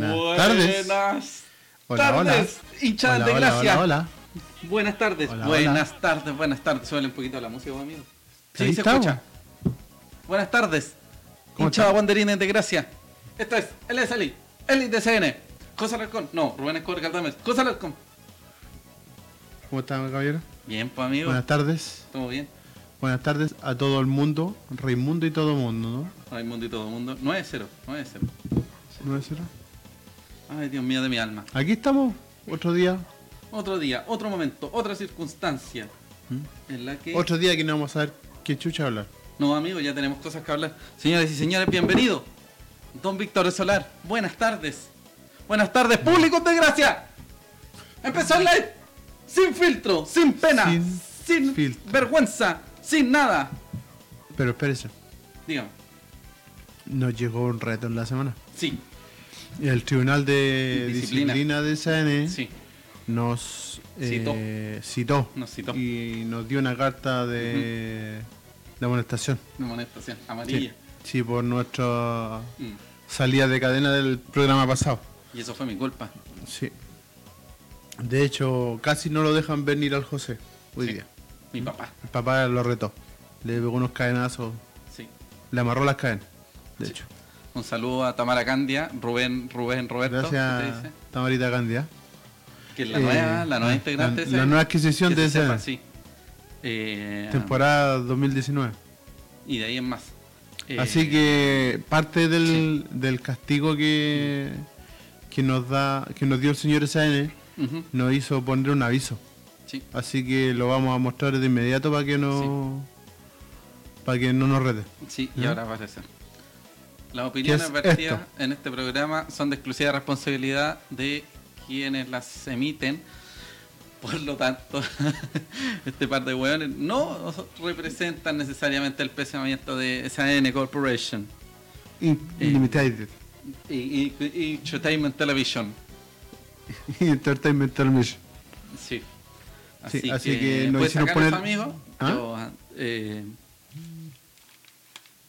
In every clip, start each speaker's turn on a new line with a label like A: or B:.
A: tardes.
B: Buenas
A: Hola, hola.
B: tardes, hinchada
A: Hola,
B: de
A: hola,
B: gracia.
A: hola, hola.
B: Buenas tardes,
A: Hola,
B: buenas tardes, buenas tardes. Suele un poquito la música, amigo. Sí,
A: Ahí
B: se
A: estamos.
B: escucha. Buenas tardes,
A: ¿Cómo
B: hinchada
A: estás?
B: Wanderines de gracia. Esto es LSLI, LIDCN, José Alarcón. No, Rubén Escobar Caldames, José Alarcón.
A: ¿Cómo están, caballero?
B: Bien, pues, amigo.
A: Buenas tardes.
B: Estamos bien.
A: Buenas tardes a todo el mundo, Raimundo y todo el mundo, ¿no?
B: Raimundo y todo el mundo. 9-0, 9-0.
A: ¿No es cierto?
B: Ay, Dios mío de mi alma.
A: Aquí estamos, otro día.
B: Otro día, otro momento, otra circunstancia
A: ¿Mm?
B: en la que...
A: Otro día que no vamos a ver qué chucha hablar.
B: No, amigo, ya tenemos cosas que hablar. Señores y señores, bienvenido. Don Víctor Solar, buenas tardes. Buenas tardes, público de gracia. Empezó el live sin filtro, sin pena, sin,
A: Sin filtro.
B: vergüenza, sin nada.
A: Pero espérese,
B: Dígame,
A: nos llegó un reto en la semana.
B: sí,
A: El Tribunal de
B: Disciplina.
A: Disciplina, de CN
B: sí,
A: nos
B: Citó.
A: eh, citó.
B: Nos citó.
A: y nos dio una carta de, de amonestación.
B: una amonestación amarilla.
A: Sí, sí, por nuestra
B: Mm,
A: salida de cadena del programa pasado.
B: Y eso fue mi culpa.
A: Sí. De hecho, casi no lo dejan venir al José hoy
B: Sí.
A: día. Mm.
B: Mi papá,
A: El papá lo retó. Le pegó unos cadenazos.
B: sí.
A: Le amarró las cadenas. De hecho.
B: Un saludo a Tamara Candia, Rubén, Rubén, Roberto. ¿qué te
A: Gracias,
B: dice?
A: Tamarita Candia.
B: Que es la
A: Eh,
B: nueva, la nueva
A: la-
B: integrante. de
A: la
B: ese-
A: nueva adquisición
B: que se
A: de ese-
B: sepa, sí. Eh,
A: Temporada 2019.
B: Y de ahí en más. Eh,
A: Así que parte del, del castigo que, que nos da que nos dio el señor SN
B: ujú,
A: nos hizo poner un aviso.
B: sí.
A: Así que lo vamos a mostrar de inmediato para que no para que no nos rete.
B: Sí, y
A: ¿Ya?
B: ahora aparece. Las opiniones
A: es
B: vertidas
A: esto?
B: en este programa son de exclusiva responsabilidad de quienes las emiten. Por lo tanto, este par de hueones no representan necesariamente el pensamiento de SAN Corporation
A: In-
B: Eh.
A: Limited.
B: y, y- y Entertainment Television.
A: Entertainment Television.
B: Sí. pues,
A: Sí, así que nos
B: puedes
A: hicieron
B: sacar
A: poner-
B: eso, amigo.
A: ¿Ah?
B: Yo, eh,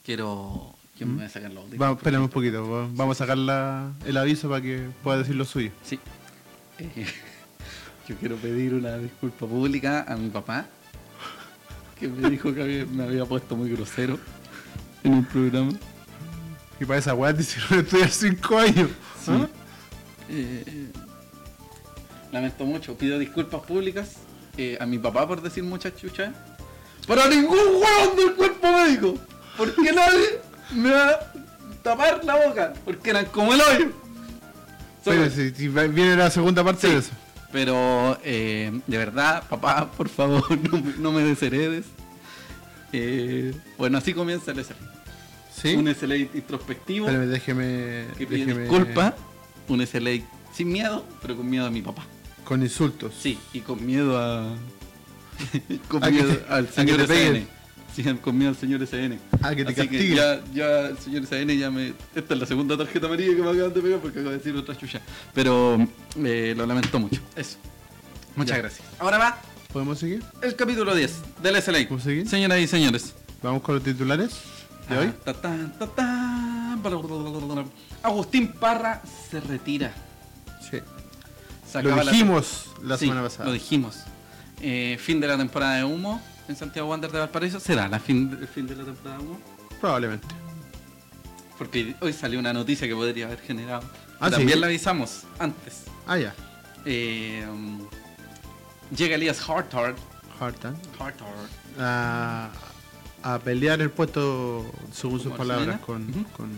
B: quiero. ¿Quién me va a sacar los audífonos?
A: Vamos, espérame un poquito, va- vamos a sacar la- el aviso para que pueda decir lo suyo.
B: Sí. Eh, yo quiero pedir una disculpa pública a mi papá, que me dijo que había- me había puesto muy grosero en el programa.
A: Y para esa weá te hicieron estudiar 5 años.
B: Sí.
A: ¿Ah?
B: Eh, lamento mucho, pido disculpas públicas eh, a mi papá por decir muchas chuchas. Pero a ningún hueón del cuerpo médico, porque nadie me va a tapar la boca, porque eran como el hoyo. Soy-
A: Pero si, si va- viene la segunda parte de eso.
B: Pero eh, de verdad, papá, por favor, no, me- no me desheredes. Eh, bueno, así comienza el SL.
A: ¿Sí?
B: Un SL introspectivo
A: Espérame, déjeme.
B: que pide
A: déjeme-
B: disculpas. Un SL sin miedo, pero con miedo a mi papá.
A: Con insultos.
B: Sí, y con miedo a. con
A: A que
B: miedo
A: te- a
B: al
A: que
B: señor
A: te peguen.
B: SN. Sí, con miedo al señor SN.
A: A que te
B: Así
A: castiguen.
B: ya, ya el señor SN ya me. Esta es la segunda tarjeta amarilla que me acaban de pegar porque acabo de decir otra chucha. Pero eh, lo lamento mucho. Eso. Muchas
A: Ya.
B: gracias. Ahora va
A: ¿Podemos seguir?
B: el capítulo 10 del SLA.
A: ¿Puedo seguir?
B: Señoras y señores. Ah,
A: Vamos con los titulares de hoy.
B: Ta, ta, ta, ta, bla, bla, bla, bla, bla. Agustín Parra se retira.
A: Sí.
B: Se
A: Lo
B: acaba la-
A: dijimos la,
B: Sí,
A: semana pasada.
B: Lo dijimos. Eh, fin de la temporada de humo en Santiago Wander de Valparaíso. ¿Será la fin, el fin de la temporada de humo?
A: Probablemente.
B: Porque hoy salió una noticia que podría haber generado.
A: Ah,
B: También
A: ¿sí?
B: la avisamos antes.
A: Ah, ya.
B: Eh, llega Elías Hartard.
A: Hartan.
B: Hartard.
A: A, a pelear el puesto, según sus
B: Con
A: palabras,
B: Barcelona.
A: con,
B: Ujú.
A: con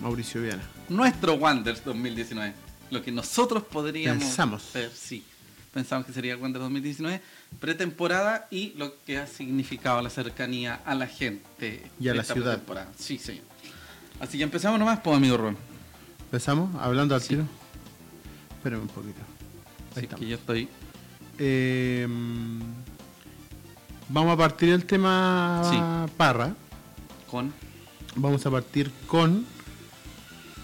A: Mauricio Viana.
B: Nuestro Wanderers 2019. Lo que nosotros podríamos
A: Pensamos.
B: ver, sí. Pensamos que sería el Wander 2019, pretemporada y lo que ha significado la cercanía a la gente.
A: Y a la
B: esta
A: ciudad.
B: pretemporada. Sí, sí. Así que empezamos nomás, pues, amigo Rubén.
A: ¿Empezamos? Hablando al
B: Sí.
A: tiro. Espérame un poquito. Ahí
B: Así
A: estamos.
B: que yo estoy.
A: Eh, vamos a partir el tema Parra.
B: con
A: Vamos a partir con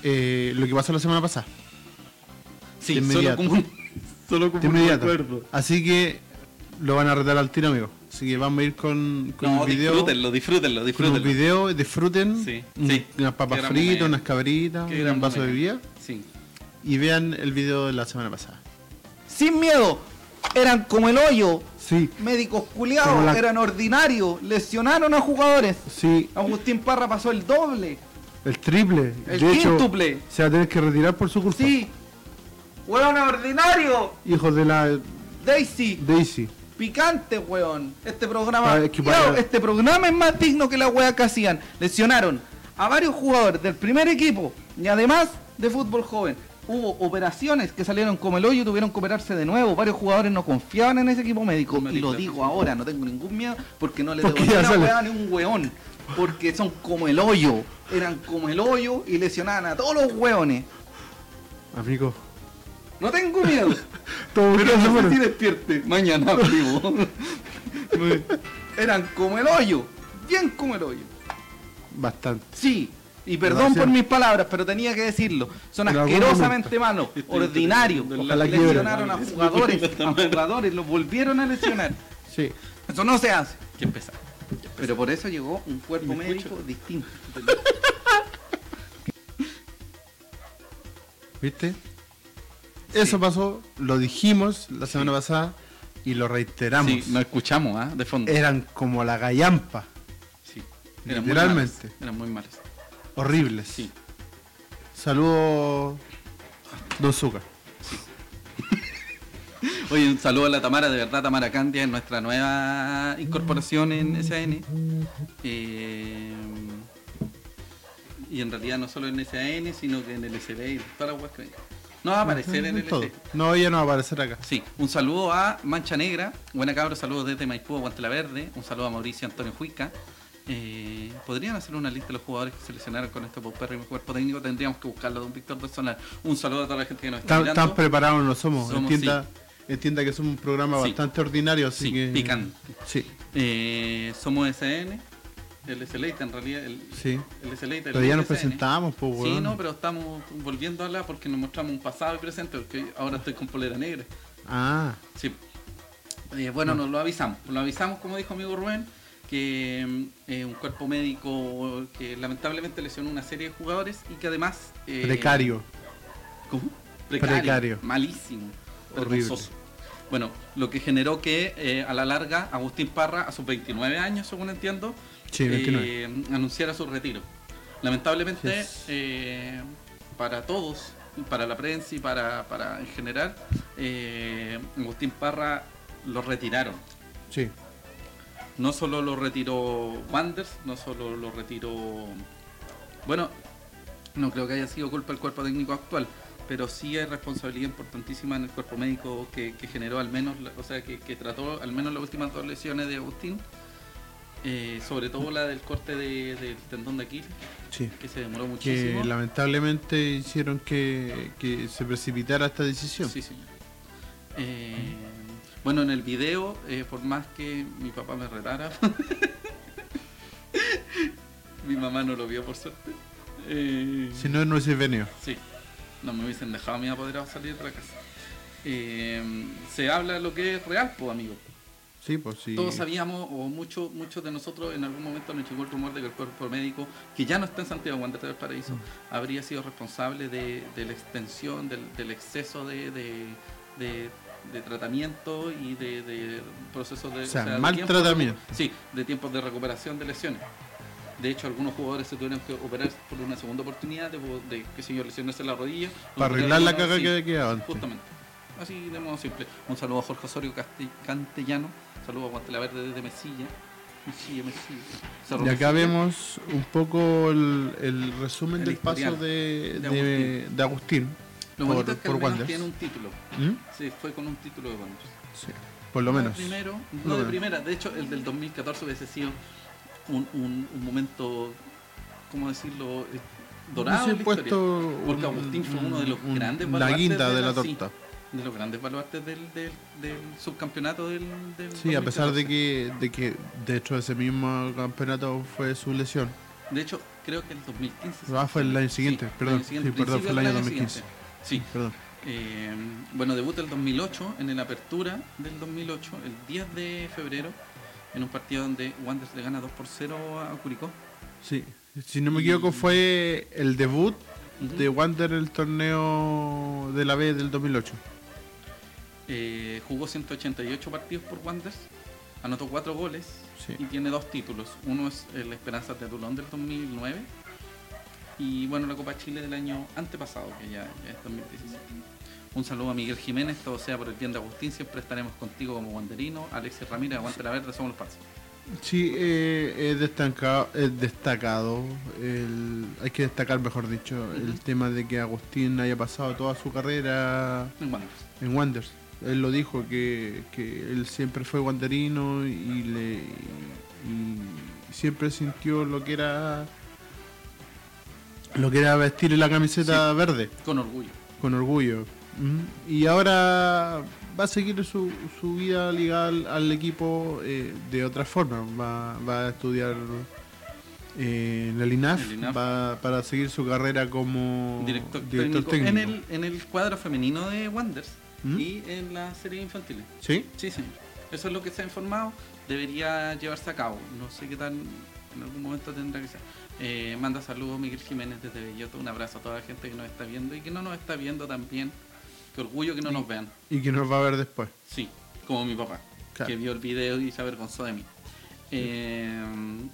A: eh, lo que pasó la semana pasada.
B: sí,
A: De
B: solo
A: inmediato.
B: como un, solo como
A: De
B: un
A: inmediato.
B: recuerdo.
A: Así que lo van a retar al tiro, amigo. Así que vamos a ir con, con
B: No,
A: un video.
B: disfrútenlo, disfrútenlo,
A: Con un
B: disfrútenlo.
A: video, disfruten.
B: Sí,
A: un-
B: sí.
A: Unas
B: Qué
A: papas
B: gran
A: fritas,
B: momento.
A: unas cabritas,
B: Qué gran
A: un vaso de
B: momento.
A: bebida.
B: Sí.
A: y vean el video de la semana pasada.
C: Sin miedo. Eran como el hoyo.
A: Sí,
C: Médicos culiados.
A: Como la-
C: Eran ordinarios. Lesionaron a jugadores.
A: sí,
C: Agustín Parra pasó el doble.
A: el triple.
C: El
A: de hecho,
C: quíntuple.
A: se va a tener que retirar por su culpa.
C: Sí. Weón ordinario.
A: Hijo de la
C: Daisy.
A: Daisy.
C: Picante, weón. Este programa.
A: Ah, es que para-
C: Yo, este programa es más digno que la weá que hacían. Lesionaron a varios jugadores del primer equipo y además de fútbol joven. Hubo operaciones que salieron como el hoyo y tuvieron que operarse de nuevo. Varios jugadores no confiaban en ese equipo médico.
B: Me
C: Y lo
B: dijo.
C: digo ahora, no tengo ningún miedo porque no le debo
A: Porque
C: ni
A: ya
C: una
A: sale.
C: weá ni un weón. Porque son como el hoyo. Eran como el hoyo y lesionaban a todos los weones.
A: Amigo.
C: No tengo miedo.
A: Todo
B: Pero
A: bien,
B: no sé
A: bueno.
B: si despierte. Mañana primo.
C: Eran como el hoyo. Bien como el hoyo.
A: Bastante.
C: Sí, y perdón
A: Gracias.
C: por mis palabras, pero tenía que decirlo. Son
A: En algún
C: asquerosamente malos, ordinarios.
B: entendiendo
A: la quiebra.
C: Lesionaron a jugadores,
B: Esta
C: a
B: madre.
C: jugadores, los volvieron a lesionar.
A: Sí.
C: Eso no se hace.
B: Qué pesado.
C: Pero por eso llegó un cuerpo
B: ¿Me
C: médico
B: escucho?
C: distinto.
A: ¿Viste? Eso pasó, lo dijimos la semana pasada y lo reiteramos.
B: Sí, nos escuchamos, ¿ah? De fondo.
A: Eran como la gallampa,
B: Sí.
A: Literalmente.
B: Muy malos. Eran muy malos.
A: horribles.
B: Sí.
A: Saludos, Don Zucker.
B: Oye, un saludo a la Tamara, de verdad, Tamara Candia, en nuestra nueva incorporación en SAN. Eh, y en realidad no solo en SAN, sino que en el SB y todas las weas que vengan. No va a aparecer en el
A: Todo.
B: SB.
A: No, ella no va a aparecer acá.
B: Sí, un saludo a Mancha Negra, buena cabros, saludos desde Maipú, Guantela Verde, un saludo a Mauricio Antonio Juica. Eh, ¿Podrían hacer una lista de los jugadores que seleccionaron con este paupérrimo cuerpo técnico? Tendríamos que buscarlo, don Víctor del Solar. Un saludo a toda la gente que nos está
A: Tan,
B: mirando.
A: tan preparados no somos.
B: Somos,
A: entienda, entienda que somos un programa
B: Sí.
A: bastante ordinario, así
B: Sí,
A: que.
B: picante.
A: Sí,
B: Eh, somos SN, el SLEITA E en realidad, el,
A: sí.
B: el SLEITA, E, el
A: Todavía nos
B: SN.
A: presentamos, pues, weón.
B: ¿eh? Sí, no, pero estamos volviendo a hablar porque nos mostramos un pasado y presente, porque ahora estoy con polera negra.
A: Ah,
B: Sí. Eh, bueno, nos lo avisamos. Lo avisamos, como dijo amigo Rubén, que mm, eh, un cuerpo médico que lamentablemente lesionó una serie de jugadores y que además... eh,
A: precario.
B: ¿Cómo? Precario.
A: Precario.
B: Malísimo.
A: Horrible.
B: Vergonzoso. Bueno, lo que generó que eh, a la larga Agustín Parra, a sus 29 años, según entiendo,
A: Sí, 29.
B: eh, anunciara su retiro. Lamentablemente,
A: Yes.
B: eh, para todos, para la prensa y para, para en general, eh, Agustín Parra lo retiraron.
A: Sí.
B: No solo lo retiró Wanders, no solo lo retiró... Bueno, no creo que haya sido culpa del cuerpo técnico actual, pero sí hay responsabilidad importantísima en el cuerpo médico que, que generó al menos, la- o sea, que, que trató al menos las últimas dos lesiones de Agustín, eh, sobre todo la del corte de- del tendón de Aquiles,
A: Sí.
B: que se demoró
A: Que
B: muchísimo.
A: lamentablemente hicieron que, que se precipitara esta decisión.
B: Sí, señor. Eh, bueno, en el video, eh, por más que mi papá me retara, mi mamá no lo vio por suerte. Eh,
A: Si no, no hubiese venido.
B: Sí, no me hubiesen dejado a mis apoderados salir de la casa. Eh, se habla lo que es real, pues, amigo.
A: Sí, pues sí.
B: Todos sabíamos, o muchos muchos de nosotros en algún momento nos llegó el rumor de que el cuerpo médico, que ya no está en Santiago Wanderers del
A: Mm.
B: Paraíso, habría sido responsable de, de la extensión, del, del exceso de, de, de- de tratamiento y de, de procesos de...
A: O sea,
B: de
A: mal
B: tiempo-
A: tratamiento.
B: sí, de tiempos de recuperación de lesiones. De hecho, algunos jugadores se tuvieron que operar por una segunda oportunidad de, de qué sé yo, lesionarse la rodilla.
A: Para arreglar la caga
B: Algunos, sí.
A: que quedaba antes.
B: Justamente. Así de modo simple. Un saludo a Jorge Osorio Casti- Cantellano. Un saludo a Guantela Verde desde Mesilla. Mesilla, Mesilla. Cerro
A: Y acá
B: Mesilla.
A: vemos un poco el, el resumen
B: El
A: del paso
B: historial
A: de,
B: de
A: de, de Agustín
B: Lo
A: por,
B: bonito es que
A: por
B: al menos
A: Wanderers.
B: tiene un título.
A: ¿Mm?
B: Se fue con un título de Wanderers.
A: Sí, por lo
B: No de
A: menos.
B: Primero, no
A: Lo
B: de
A: menos.
B: primera. De hecho, el del 2014 hubiese sido un, un, un momento, ¿cómo decirlo? Eh, Dorado.
A: Hubiese
B: en la
A: puesto
B: historia.
A: un-
B: porque Agustín fue uno de los
A: un-
B: grandes
A: La
B: baluartes
A: guinda
B: de
A: de la
B: la- sí.
A: torta.
B: De los grandes baluartes del, del, del subcampeonato del, del
A: Sí, a pesar de
B: 2014.
A: que, de que dentro de ese mismo campeonato fue su lesión.
B: De hecho, creo que el 2015.
A: Ah, fue el año siguiente, perdón. Sí, perdón, fue el
B: principio del
A: año 2015.
B: siguiente. Sí,
A: Perdón.
B: eh, bueno, debuta el 2008, en la apertura del 2008, el 10 de febrero, en un partido donde Wanderers le gana 2 por 0 a Curicó.
A: Sí, si no me equivoco fue el debut de Wander el torneo de la B del 2008.
B: Eh, jugó 188 partidos por Wanderers, anotó 4 goles
A: Sí.
B: y tiene dos títulos. Uno es el Esperanza de Toulon del 2009 y bueno, la Copa Chile del año antepasado, que ya es 2017. Un saludo a Miguel Jiménez, todo sea por el bien de Agustín, siempre estaremos contigo como Wanderino. Alexis Ramírez, aguante la verde, somos los parces.
A: Sí, eh, es destacado, es destacado el- hay que destacar, mejor dicho, el tema de que Agustín haya pasado toda su carrera
B: En Wanderers.
A: en Wanderers. Él lo dijo que, que él siempre fue wanderino y le y siempre sintió lo que era lo que era vestir la camiseta verde
B: Con orgullo.
A: con orgullo. Ujú. Y ahora va a seguir su, su vida ligada al, al equipo eh, de otra forma. Va, va a estudiar eh, en el INAF,
B: El INAF.
A: va- para seguir su carrera como
B: Director, técnico, En, el, en el cuadro femenino de Wanderers
A: ¿Mm?
B: y en las series infantiles.
A: ¿Sí?
B: Sí, señor. Eso es lo que se ha informado. Debería llevarse a cabo. No sé qué tal en algún momento tendrá que ser. Eh, manda saludos Miguel Jiménez desde Belloto. Un abrazo a toda la gente que nos está viendo y que no nos está viendo también. Qué orgullo que no nos vean.
A: Y que nos va a ver después.
B: Sí, como mi papá,
A: Claro.
B: que vio el video y se avergonzó de mí. Eh,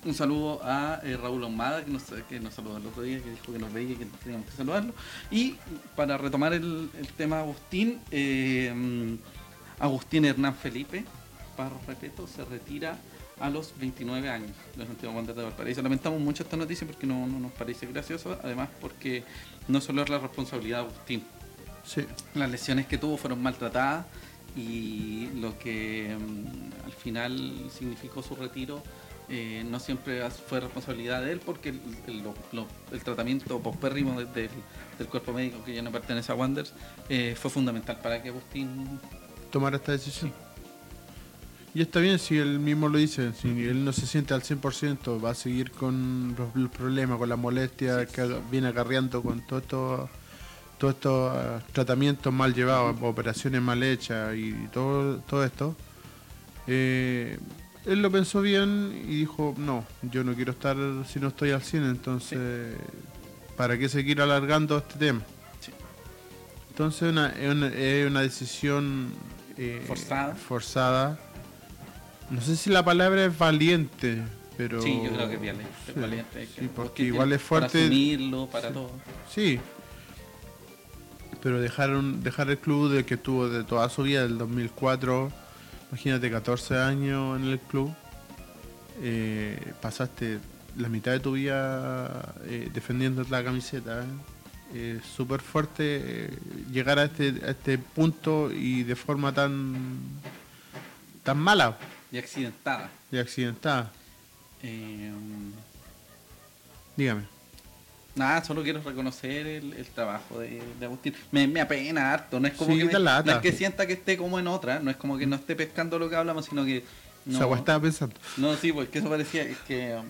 B: un saludo a eh, Raúl Ahumada, que nos, que nos saludó el otro día, que dijo que nos veía y que teníamos que saludarlo. Y para retomar el, el tema Agustín, eh, Agustín Hernán Felipe, Parro Repeto, se retira a los 29 años de los antiguos Wanderers de Valparaíso. Lamentamos mucho esta noticia porque no, no nos parece graciosa, además porque no solo es la responsabilidad de Agustín,
A: Sí.
B: las lesiones que tuvo fueron maltratadas y lo que mm, al final significó su retiro eh, no siempre as- fue responsabilidad de él porque el, el- lo- lo- el tratamiento pospérrimo de- del, del cuerpo médico que ya no pertenece a Wanderers eh, fue fundamental para que Agustín
A: tomar esta decisión. Y está bien si él mismo lo dice, si él no se siente al 100%, va a seguir con los los problemas, con la molestia que aga- viene acarreando con todo esto- todos estos ah, tratamientos mal llevados, operaciones mal hechas y todo, todo esto. Eh, él lo pensó bien y dijo, no, yo no quiero estar si no estoy al 100, entonces, ¿para qué seguir alargando este tema?
B: Sí.
A: Entonces una- es una, es una decisión eh,
B: Forzada.
A: forzada. No sé si la palabra es valiente, pero...
B: sí yo creo que es valiente, es
A: Sí,
B: valiente, es
A: sí,
B: que
A: porque
B: Agustín
A: igual
B: tiene-
A: es fuerte.
B: para asumirlo para todo
A: Sí. Pero dejar, un- dejar el club de que tuvo de toda su vida, del 2004, imagínate 14 años en el club, eh, pasaste la mitad de tu vida eh, defendiendo la camiseta. ¿eh? Eh, Súper fuerte eh, llegar a este, a este punto y de forma tan, tan mala
B: y accidentada
A: y accidentada.
B: Eh,
A: Dígame.
B: Nada, solo quiero reconocer el, el trabajo de, de Agustín. Me, me apena harto, no es como
A: Sí,
B: que me-
A: da lata.
B: no es que sienta que esté como en otra, no es como que no esté pescando lo que hablamos, sino que no.
A: O sea, estaba pensando.
B: No, sí, porque eso parecía es que um,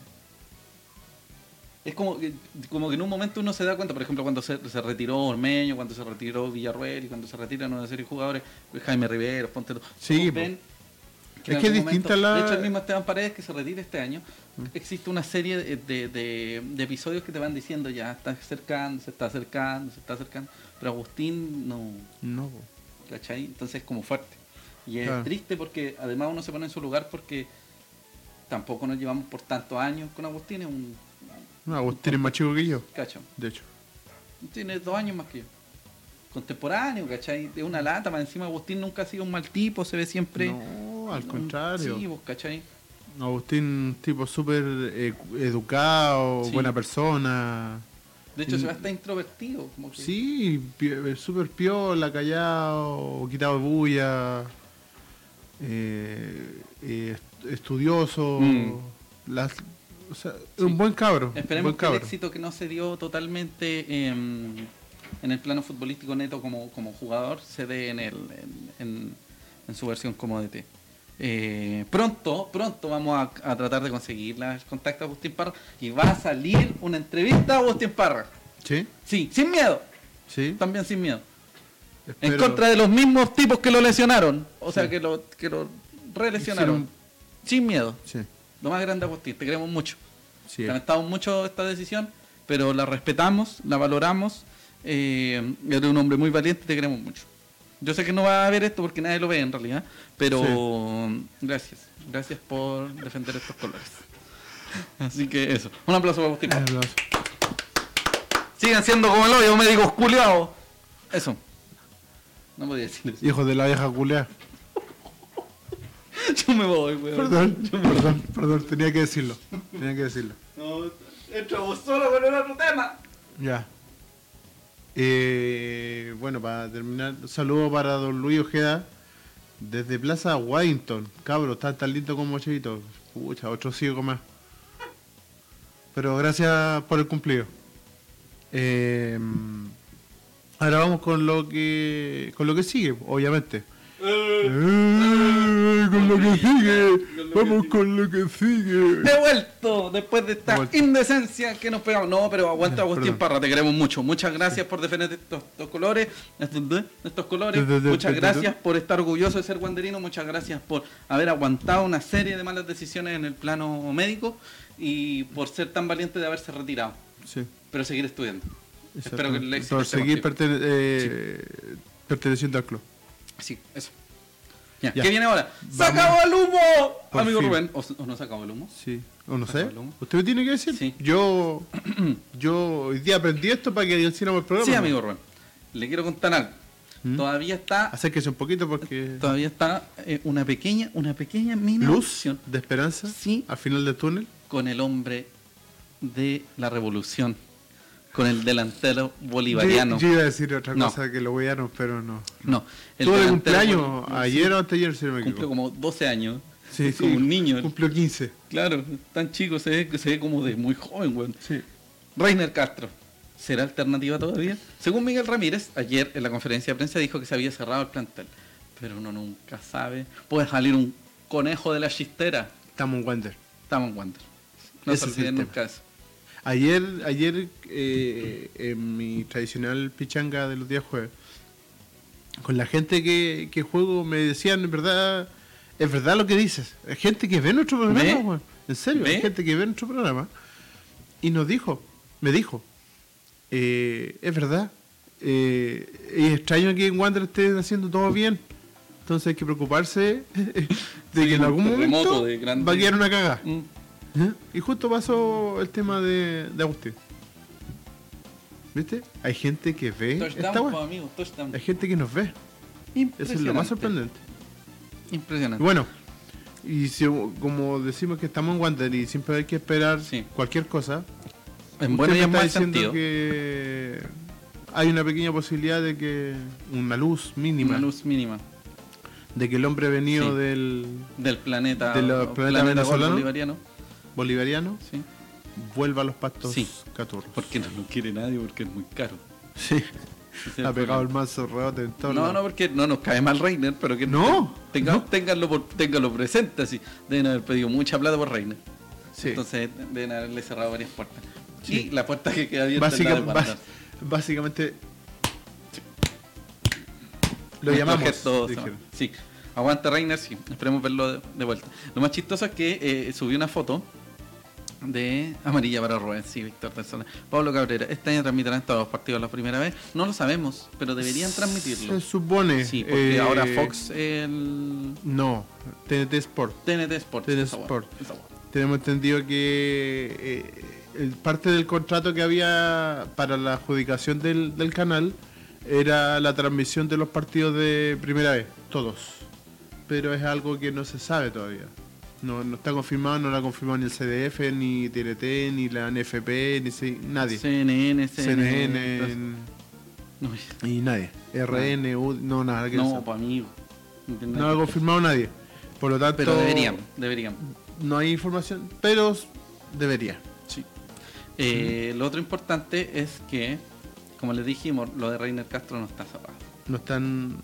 B: es como que, como que en un momento uno se da cuenta, por ejemplo, cuando se, se retiró Ormeño, cuando se retiró Villarruel y cuando se retiran una serie de jugadores, pues, Jaime Rivero, ponte tú.
A: Sí,
B: Todos
A: po.
B: ven
A: Es
B: en
A: que
B: algún
A: es distinta la- Mm.
B: De hecho, el mismo Esteban Paredes que se retira este año, existe una serie de, de- de- de episodios que te van diciendo ya, está cercando, se está acercando, se está acercando, pero Agustín no...
A: No, po.
B: ¿cachai? Entonces es como fuerte. Y es
A: Claro.
B: triste porque además uno se pone en su lugar porque tampoco nos llevamos por tantos años con Agustín, es un
A: no Agustín es más chico que yo,
B: cacho.
A: de hecho.
B: Tiene dos años más que yo. Contemporáneo, ¿cachai? Es una lata, más encima Agustín nunca ha sido un mal tipo, se ve siempre.
A: No, al contrario.
B: Mm, Sí, vos, ¿cachai?
A: Agustín, un tipo súper eh, cu- educado,
B: Sí.
A: buena persona.
B: De hecho,
A: Mm.
B: se ve hasta introvertido. Como que-
A: Sí, pi- eh, súper piola, callado, quitado de bulla. eh, eh, est- estudioso.
B: Mm.
A: las- o sea, Un buen cabro.
B: Esperemos
A: buen
B: que el
A: cabro.
B: éxito que no se dio totalmente eh, en el plano futbolístico neto como, como jugador se dé en, el, en, en- en su versión como DT. Eh, pronto, pronto vamos a, a tratar de conseguir la- el contacto de Agustín Parra y va a salir una entrevista a Agustín Parra.
A: Sí,
B: Sí, sin miedo,
A: sí.
B: también sin miedo. En
A: espero-
B: contra de los mismos tipos que lo lesionaron, o sea,
A: Sí.
B: que lo, que lo relesionaron.
A: Hicieron-
B: Sin miedo.
A: Sí,
B: Lo más grande, Agustín, te queremos mucho.
A: sí.
B: Lamentamos mucho esta decisión pero la respetamos, la valoramos. Eh, eres un hombre muy valiente, te queremos mucho. Yo sé que no va a ver esto porque nadie lo ve en realidad, pero gracias, gracias por defender estos colores. Así que eso, un aplauso para Agustín.
A: Aplauso.
B: Sigan siendo como el hoyo, médicos culiados. Eso. No podía decir eso.
A: Hijo de la vieja culea.
B: Yo me voy, weón.
A: Perdón, perdón, perdón, tenía que decirlo. Tenía que decirlo.
B: No, entramos solo con el otro tema.
A: Ya. Eh, bueno, para terminar, un saludo para don Luis Ojeda desde Plaza Waddington. Cabro, está tan lindo como Chevito. Pucha, otro ciego más. Pero gracias por el cumplido. Eh, ahora vamos con lo que con lo que sigue, obviamente. Eh, con lo que sigue, vamos con lo que sigue.
B: De vuelto, después de esta
A: De vuelto.
B: indecencia que nos pegamos. No, pero aguanta
A: Ya,
B: Agustín
A: perdón.
B: Parra, te queremos mucho. Muchas gracias por defender estos, estos colores. Estos, estos colores.
A: De- de- de-
B: Muchas
A: de- de-
B: gracias por estar orgulloso de ser guanderino. Muchas gracias por haber aguantado una serie de malas decisiones en el plano médico y por ser tan valiente de haberse retirado.
A: Sí.
B: Pero seguir estudiando.
A: Exacto.
B: Espero que el éxito
A: Por
B: esté
A: seguir
B: contigo.
A: pertene- eh, perteneciendo al club.
B: Sí, eso. Ya,
A: Ya.
B: ¿Qué viene ahora? ¡Se
A: Vamos.
B: acabó el humo!
A: Por
B: Amigo
A: fin.
B: Rubén, ¿o, s- o no se acabó el humo?
A: Sí. O no
B: Acá
A: sé.
B: hablamos.
A: Usted me tiene que decir.
B: Sí.
A: Yo, yo hoy día aprendí esto para que hiciéramos el programa.
B: Sí, amigo Rubén. Le quiero contar algo.
A: ¿Mm?
B: Todavía está,
A: Acérquese un poquito porque.
B: todavía está eh, una pequeña, una pequeña mini
A: Luz
B: opción
A: de esperanza
B: Sí.
A: al final del túnel.
B: con el hombre de la revolución, con el delantero bolivariano.
A: Yo, yo iba a decir otra
B: No.
A: cosa que lo huellaron, pero no.
B: No, el
A: Tuve de
B: delantero
A: cumpleaños
B: boliv-
A: ayer o anteayer, si no me
B: Cumple
A: equivoco.
B: como 12 años.
A: Sí,
B: es como
A: sí,
B: un niño.
A: Cumplió 15.
B: Claro, tan chico, se ve, se ve como de muy joven, weón.
A: Sí.
B: Reiner Castro, ¿será alternativa todavía? Según Miguel Ramírez, ayer en la conferencia de prensa dijo que se había cerrado el plantel. Pero uno nunca sabe. Puede salir un conejo de la chistera.
A: Estamos en Wander.
B: Estamos en Wander. No
A: Ese
B: se
A: es el
B: olviden
A: tema.
B: nunca eso.
A: Ayer, ayer eh, en mi tradicional pichanga de los días jueves, con la gente que, que juego me decían, en verdad, es verdad lo que dices. Hay gente que ve nuestro programa,
B: ¿Ve?
A: weón. En serio,
B: ¿Ve?
A: hay gente que ve nuestro programa. Y nos dijo, me dijo, eh, es verdad. eh, es extraño que en Wander estén haciendo todo bien. Entonces hay que preocuparse de que en
B: un
A: algún
B: terremoto
A: momento
B: de grande-
A: va a quedar una cagada.
B: Mm.
A: ¿Eh? Y justo pasó el tema de, de Agustín. ¿Viste? Hay gente que ve esta
B: Touchdown,
A: wea.
B: po, amigo, touchdown.
A: Hay gente que nos ve. Eso es lo más sorprendente. Y
B: Impresionante.
A: bueno, y si- como decimos que estamos en Wander y siempre hay que esperar
B: Sí.
A: cualquier cosa,
B: en
A: usted
B: bueno y
A: me
B: en
A: está
B: mal
A: diciendo
B: sentido.
A: que hay una pequeña posibilidad de que una luz mínima
B: Una luz mínima
A: de que el hombre venido
B: Sí.
A: del
B: del planeta,
A: De los
B: o
A: planetas venezolanos.
B: bolivariano.
A: bolivariano
B: Sí.
A: vuelva a los pastos
B: Sí.
A: caturros.
B: Porque no lo quiere nadie, porque es muy caro.
A: Sí.
B: Ese es el
A: Ha pegado
B: problema.
A: el mazo reote en todo
B: No,
A: lado.
B: no, porque no nos cae mal Reiner, pero que
A: No,
B: tenga-
A: no.
B: Ténganlo, por- ténganlo presente, así. Deben haber pedido mucha plata por Reiner.
A: Sí.
B: Entonces deben haberle cerrado varias puertas.
A: Sí.
B: Y la puerta que queda abierta
A: Básica-
B: es la de
A: bas-
B: Wander.
A: básicamente lo
B: Nuestro
A: llamamos
B: gesto,
A: dijeron.
B: sí. Aguanta Reiner, sí. Esperemos verlo de, de vuelta. Lo más chistoso es que eh, subí una foto de amarilla para Rubén, sí, Víctor del Sol. Pablo Cabrera, este año transmitirán todos los partidos la primera vez. No lo sabemos, pero deberían transmitirlo.
A: se supone
B: Sí, porque
A: eh,
B: ahora Fox el
A: no TNT Sport
B: TNT Sport.
A: TNT
B: esa hueá,
A: Sport.
B: esa hueá.
A: tenemos entendido que eh, el- parte del contrato que había para la adjudicación del, del canal era la transmisión de los partidos de primera vez todos pero es algo que no se sabe todavía no, no está confirmado, no lo ha confirmado ni el CDF, ni TNT, ni la NFP, ni si- nadie.
B: CNN, CNN.
A: CNN
B: No,
A: y nadie. RN, U, no, nada que
B: no
A: decir.
B: pa' amigo.
A: No lo ha confirmado nadie. Por lo tanto,
B: Pero deberían, deberían.
A: no hay información, pero s- debería.
B: Sí. Eh, Lo otro importante es que, como les dijimos, lo de Reiner Castro no está cerrado.
A: No están.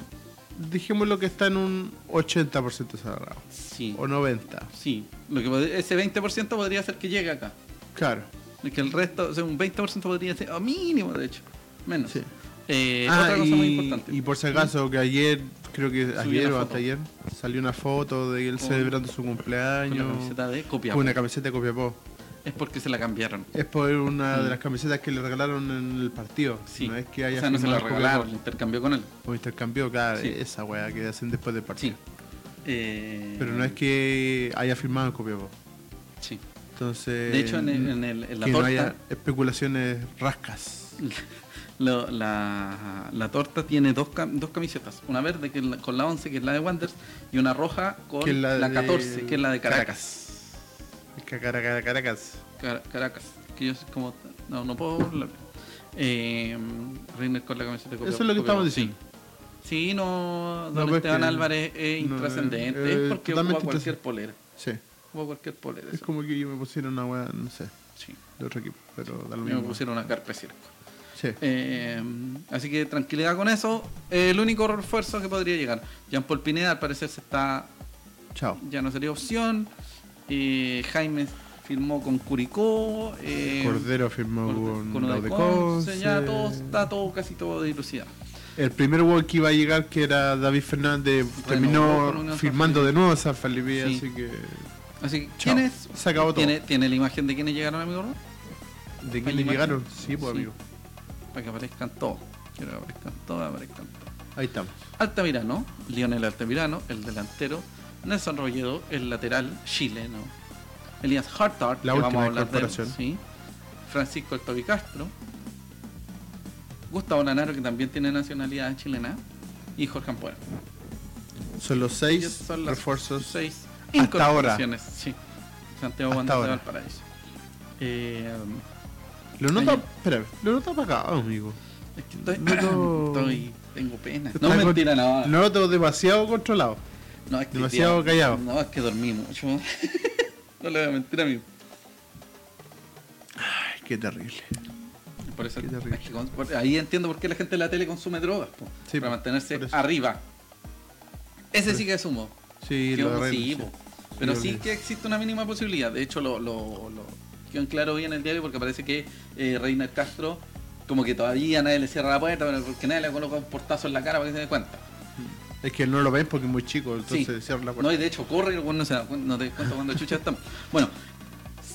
A: Dijimos lo que está en un 80% cerrado.
B: Sí.
A: O 90%.
B: Sí. Lo que pod- ese 20% podría ser que llegue acá.
A: Claro.
B: Es que el resto, o sea, un 20% podría ser, a mínimo de hecho, menos.
A: Sí.
B: Eh,
A: Ah,
B: otra
A: y,
B: cosa muy importante.
A: y por si acaso, que ayer, creo que ayer
B: una
A: o
B: foto.
A: anteayer, salió una foto de él
B: Con-
A: celebrando su
B: Con la
A: cumpleaños.
B: camiseta de Copiapó.
A: Con una camiseta de Copiapó.
B: es porque se la cambiaron.
A: Es por una de las camisetas que le regalaron en el partido.
B: Mm. Sí.
A: No es que haya
B: o sea, no se la
A: firmado
B: regalaron, la intercambió con él.
A: O intercambió, claro,
B: Sí.
A: esa weá que hacen después del
B: Sí.
A: partido.
B: Eh,
A: Pero no es que haya firmado en Copiapó.
B: Sí.
A: Entonces.
B: De hecho, en, el- en el- en
A: eh,
B: la
A: que no
B: torta,
A: haya especulaciones rascas.
B: lo- la, la torta tiene dos, cam- dos camisetas. Una verde que es la- con la 11, que es la de Wanderers, y una roja con
A: Que es
B: la,
A: la de-
B: 14, que es la de Caracas.
A: Es que cara, cara, Caracas.
B: Car- Caracas. Que yo soy como... No, no puedo hablar. Eh, Reiner con la camiseta de Copiapó-
A: Eso es lo que
B: Copiapó,
A: estamos
B: sí.
A: diciendo.
B: Sí, no, don
A: No, pues
B: Esteban
A: que-
B: Álvarez es
A: no,
B: intrascendente,
A: eh,
B: es porque ocupa
A: totalmente
B: cualquier polera,
A: Sí.
B: ocupa cualquier polera,
A: Es
B: sí,
A: como que yo me pusiera una weá, no sé,
B: sí.
A: de otro equipo. Pero da lo
B: Yo me
A: mismo.
B: pusieron una carpa de circo.
A: Sí.
B: Eh, así que tranquilidad con eso, Eh, el único refuerzo que podría llegar, Jean Paul Pineda al parecer se está,
A: Chao.
B: ya no sería opción, Eh, Jaime firmó con Curicó, eh,
A: Cordero firmó
B: Cordero
A: con,
B: con
A: la
B: Odeconce,
A: Odeconce.
B: ya todo está todo, casi todo dilucidado.
A: El primer gol que iba a llegar, que era David Fernández,
B: con
A: terminó
B: Unión
A: firmando
B: San
A: de nuevo a San Felipe,
B: Sí.
A: así que.
B: Así que,
A: Chao.
B: ¿quién es?
A: Se acabó todo.
B: ¿Tiene, ¿Tiene la imagen de quiénes llegaron, amigo? Rubén?
A: ¿De
B: Hay
A: quién le
B: imagen.
A: llegaron? Sí, pues
B: Sí.
A: amigo.
B: Para que aparezcan todos. Quiero que aparezcan todos, aparezcan todos.
A: Ahí estamos.
B: Altamirano, Lionel Altamirano, el delantero. Nelson Rolledo, el lateral chileno. Elías Hartart,
A: La
B: que
A: última
B: vamos a hablar de él,
A: incorporación.
B: sí. Francisco El Tobi Castro. Gustavo Lanaro, que también tiene nacionalidad chilena. Y Jorge Ampuero.
A: Son los
B: Ellos
A: seis
B: son los
A: refuerzos.
B: seis
A: Hasta
B: incorporaciones. Sí. Santiago
A: Hasta
B: Wander de
A: ahora.
B: Valparaíso. Eh,
A: Lo nota,
B: Ahí.
A: espérame, lo nota para acá, amigo.
B: Es que estoy,
A: No.
B: estoy- tengo pena. No,
A: Está con-
B: mentira, no.
A: Lo noto demasiado controlado.
B: No, es que
A: demasiado callado.
B: No, es que dormí mucho. no le voy a mentir a mí.
A: Ay, qué terrible.
B: Por eso,
A: Qué terrible.
B: es que con- por- ahí entiendo por qué la gente de la tele consume drogas. po,
A: Sí,
B: para
A: po,
B: mantenerse
A: por eso.
B: arriba. Ese sí que es humo.
A: Sí,
B: que
A: lo
B: humo
A: agarré,
B: sí,
A: sí.
B: po. Pero
A: lo
B: sí
A: leí.
B: que existe una mínima posibilidad. De hecho, lo, lo, lo quedó en claro hoy en el diario porque parece que eh, Reiner Castro, como que todavía nadie le cierra la puerta, pero porque nadie le coloca un portazo en la cara para que se dé cuenta.
A: Es que no lo ven porque es muy chico, entonces
B: Sí.
A: cierra la
B: No,
A: puerta.
B: y de hecho corre, bueno, no, se da cuen- no te das cuenta cuando chucha están. Bueno,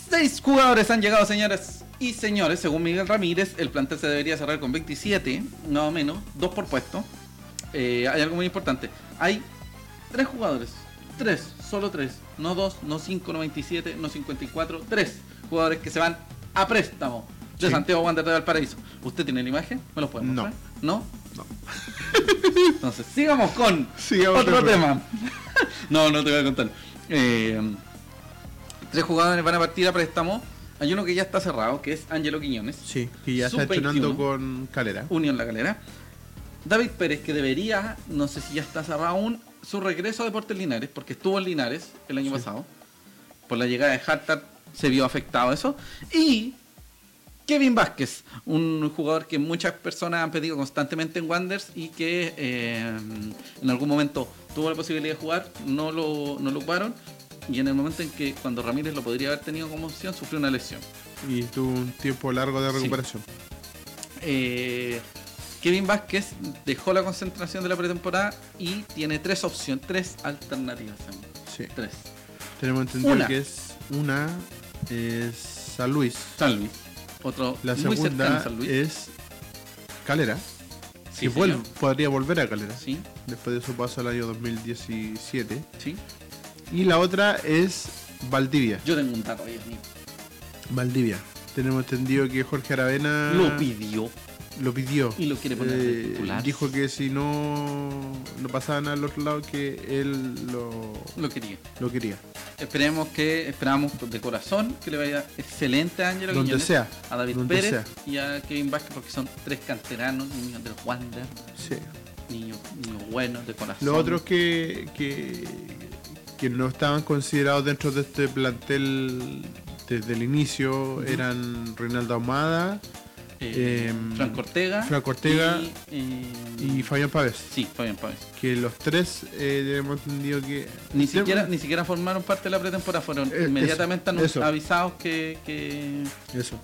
B: seis jugadores han llegado, señoras y señores. Según Miguel Ramírez, el plantel se debería cerrar con 27, nada menos, dos por puesto. Eh, hay algo muy importante. Hay tres jugadores, tres, solo tres, no dos, no cinco, no 27, no 54, tres jugadores que se van a préstamo de
A: Sí.
B: Santiago Wander de Valparaíso. ¿Usted tiene la imagen? ¿Me lo puede
A: No.
B: mostrar? ¿No? No. Entonces, sigamos con
A: Sigamos
B: otro
A: con-
B: tema. No, no te voy a contar. Eh, tres jugadores van a partir a préstamo. Hay uno que ya está cerrado, que es Angelo Quiñones,
A: Sí, que ya está
B: Sub-21.
A: entrenando con Calera.
B: Unión La Calera. David Pérez, que debería, no sé si ya está cerrado aún, su regreso a Deportes Linares, porque estuvo en Linares el año pasado. Por la llegada de Hartart se vio afectado eso. Y Kevin Vázquez, un jugador que muchas personas han pedido constantemente en Wanderers y que eh, en algún momento tuvo la posibilidad de jugar, no lo, no lo ocuparon. Y en el momento en que cuando Ramírez lo podría haber tenido como opción, sufrió una lesión.
A: Y tuvo un tiempo largo de
B: Sí.
A: recuperación.
B: Eh, Kevin Vázquez dejó la concentración de la pretemporada y tiene tres opciones, tres alternativas. amigo.
A: Sí.
B: Tres.
A: Tenemos entendido
B: Una.
A: que es una es San Luis.
B: San Luis. Otro
A: La
B: muy cercano
A: segunda
B: a San Luis.
A: es Calera.
B: Sí,
A: que vuelve-
B: señor.
A: podría volver a Calera.
B: Sí,
A: Después de su paso al año 2017.
B: sí.
A: Y la otra es Valdivia.
B: Yo tengo un dato ahí, amigo.
A: Valdivia. Tenemos entendido que Jorge Aravena
B: Lo pidió.
A: lo pidió. Eh,
B: Y lo quiere poner de titular.
A: Dijo que si no, no pasaban al otro lado, que él lo,
B: Lo quería.
A: lo quería.
B: Esperemos que, esperamos de corazón que le vaya excelente a Ángelo
A: Donde
B: Quiñones,
A: sea,
B: a David
A: donde
B: Pérez
A: sea.
B: y a Kevin Vázquez porque son tres canteranos, niños del Wander,
A: Sí.
B: niños, niños buenos de corazón.
A: Los otros que, que, que no estaban considerados dentro de este plantel desde el inicio eran Reinaldo Ahumada
B: Eh,
A: em,
B: Franco Ortega.
A: Franco Ortega
B: y, eh,
A: y Fabián Pávez.
B: Sí, Fabián Páez.
A: Que los tres eh, hemos entendido que.
B: Ni siquiera, ni siquiera formaron parte de la pretemporada, fueron
A: pues, Eh,
B: inmediatamente
A: eso,
B: anun-
A: eso.
B: avisados que, que
A: Eso.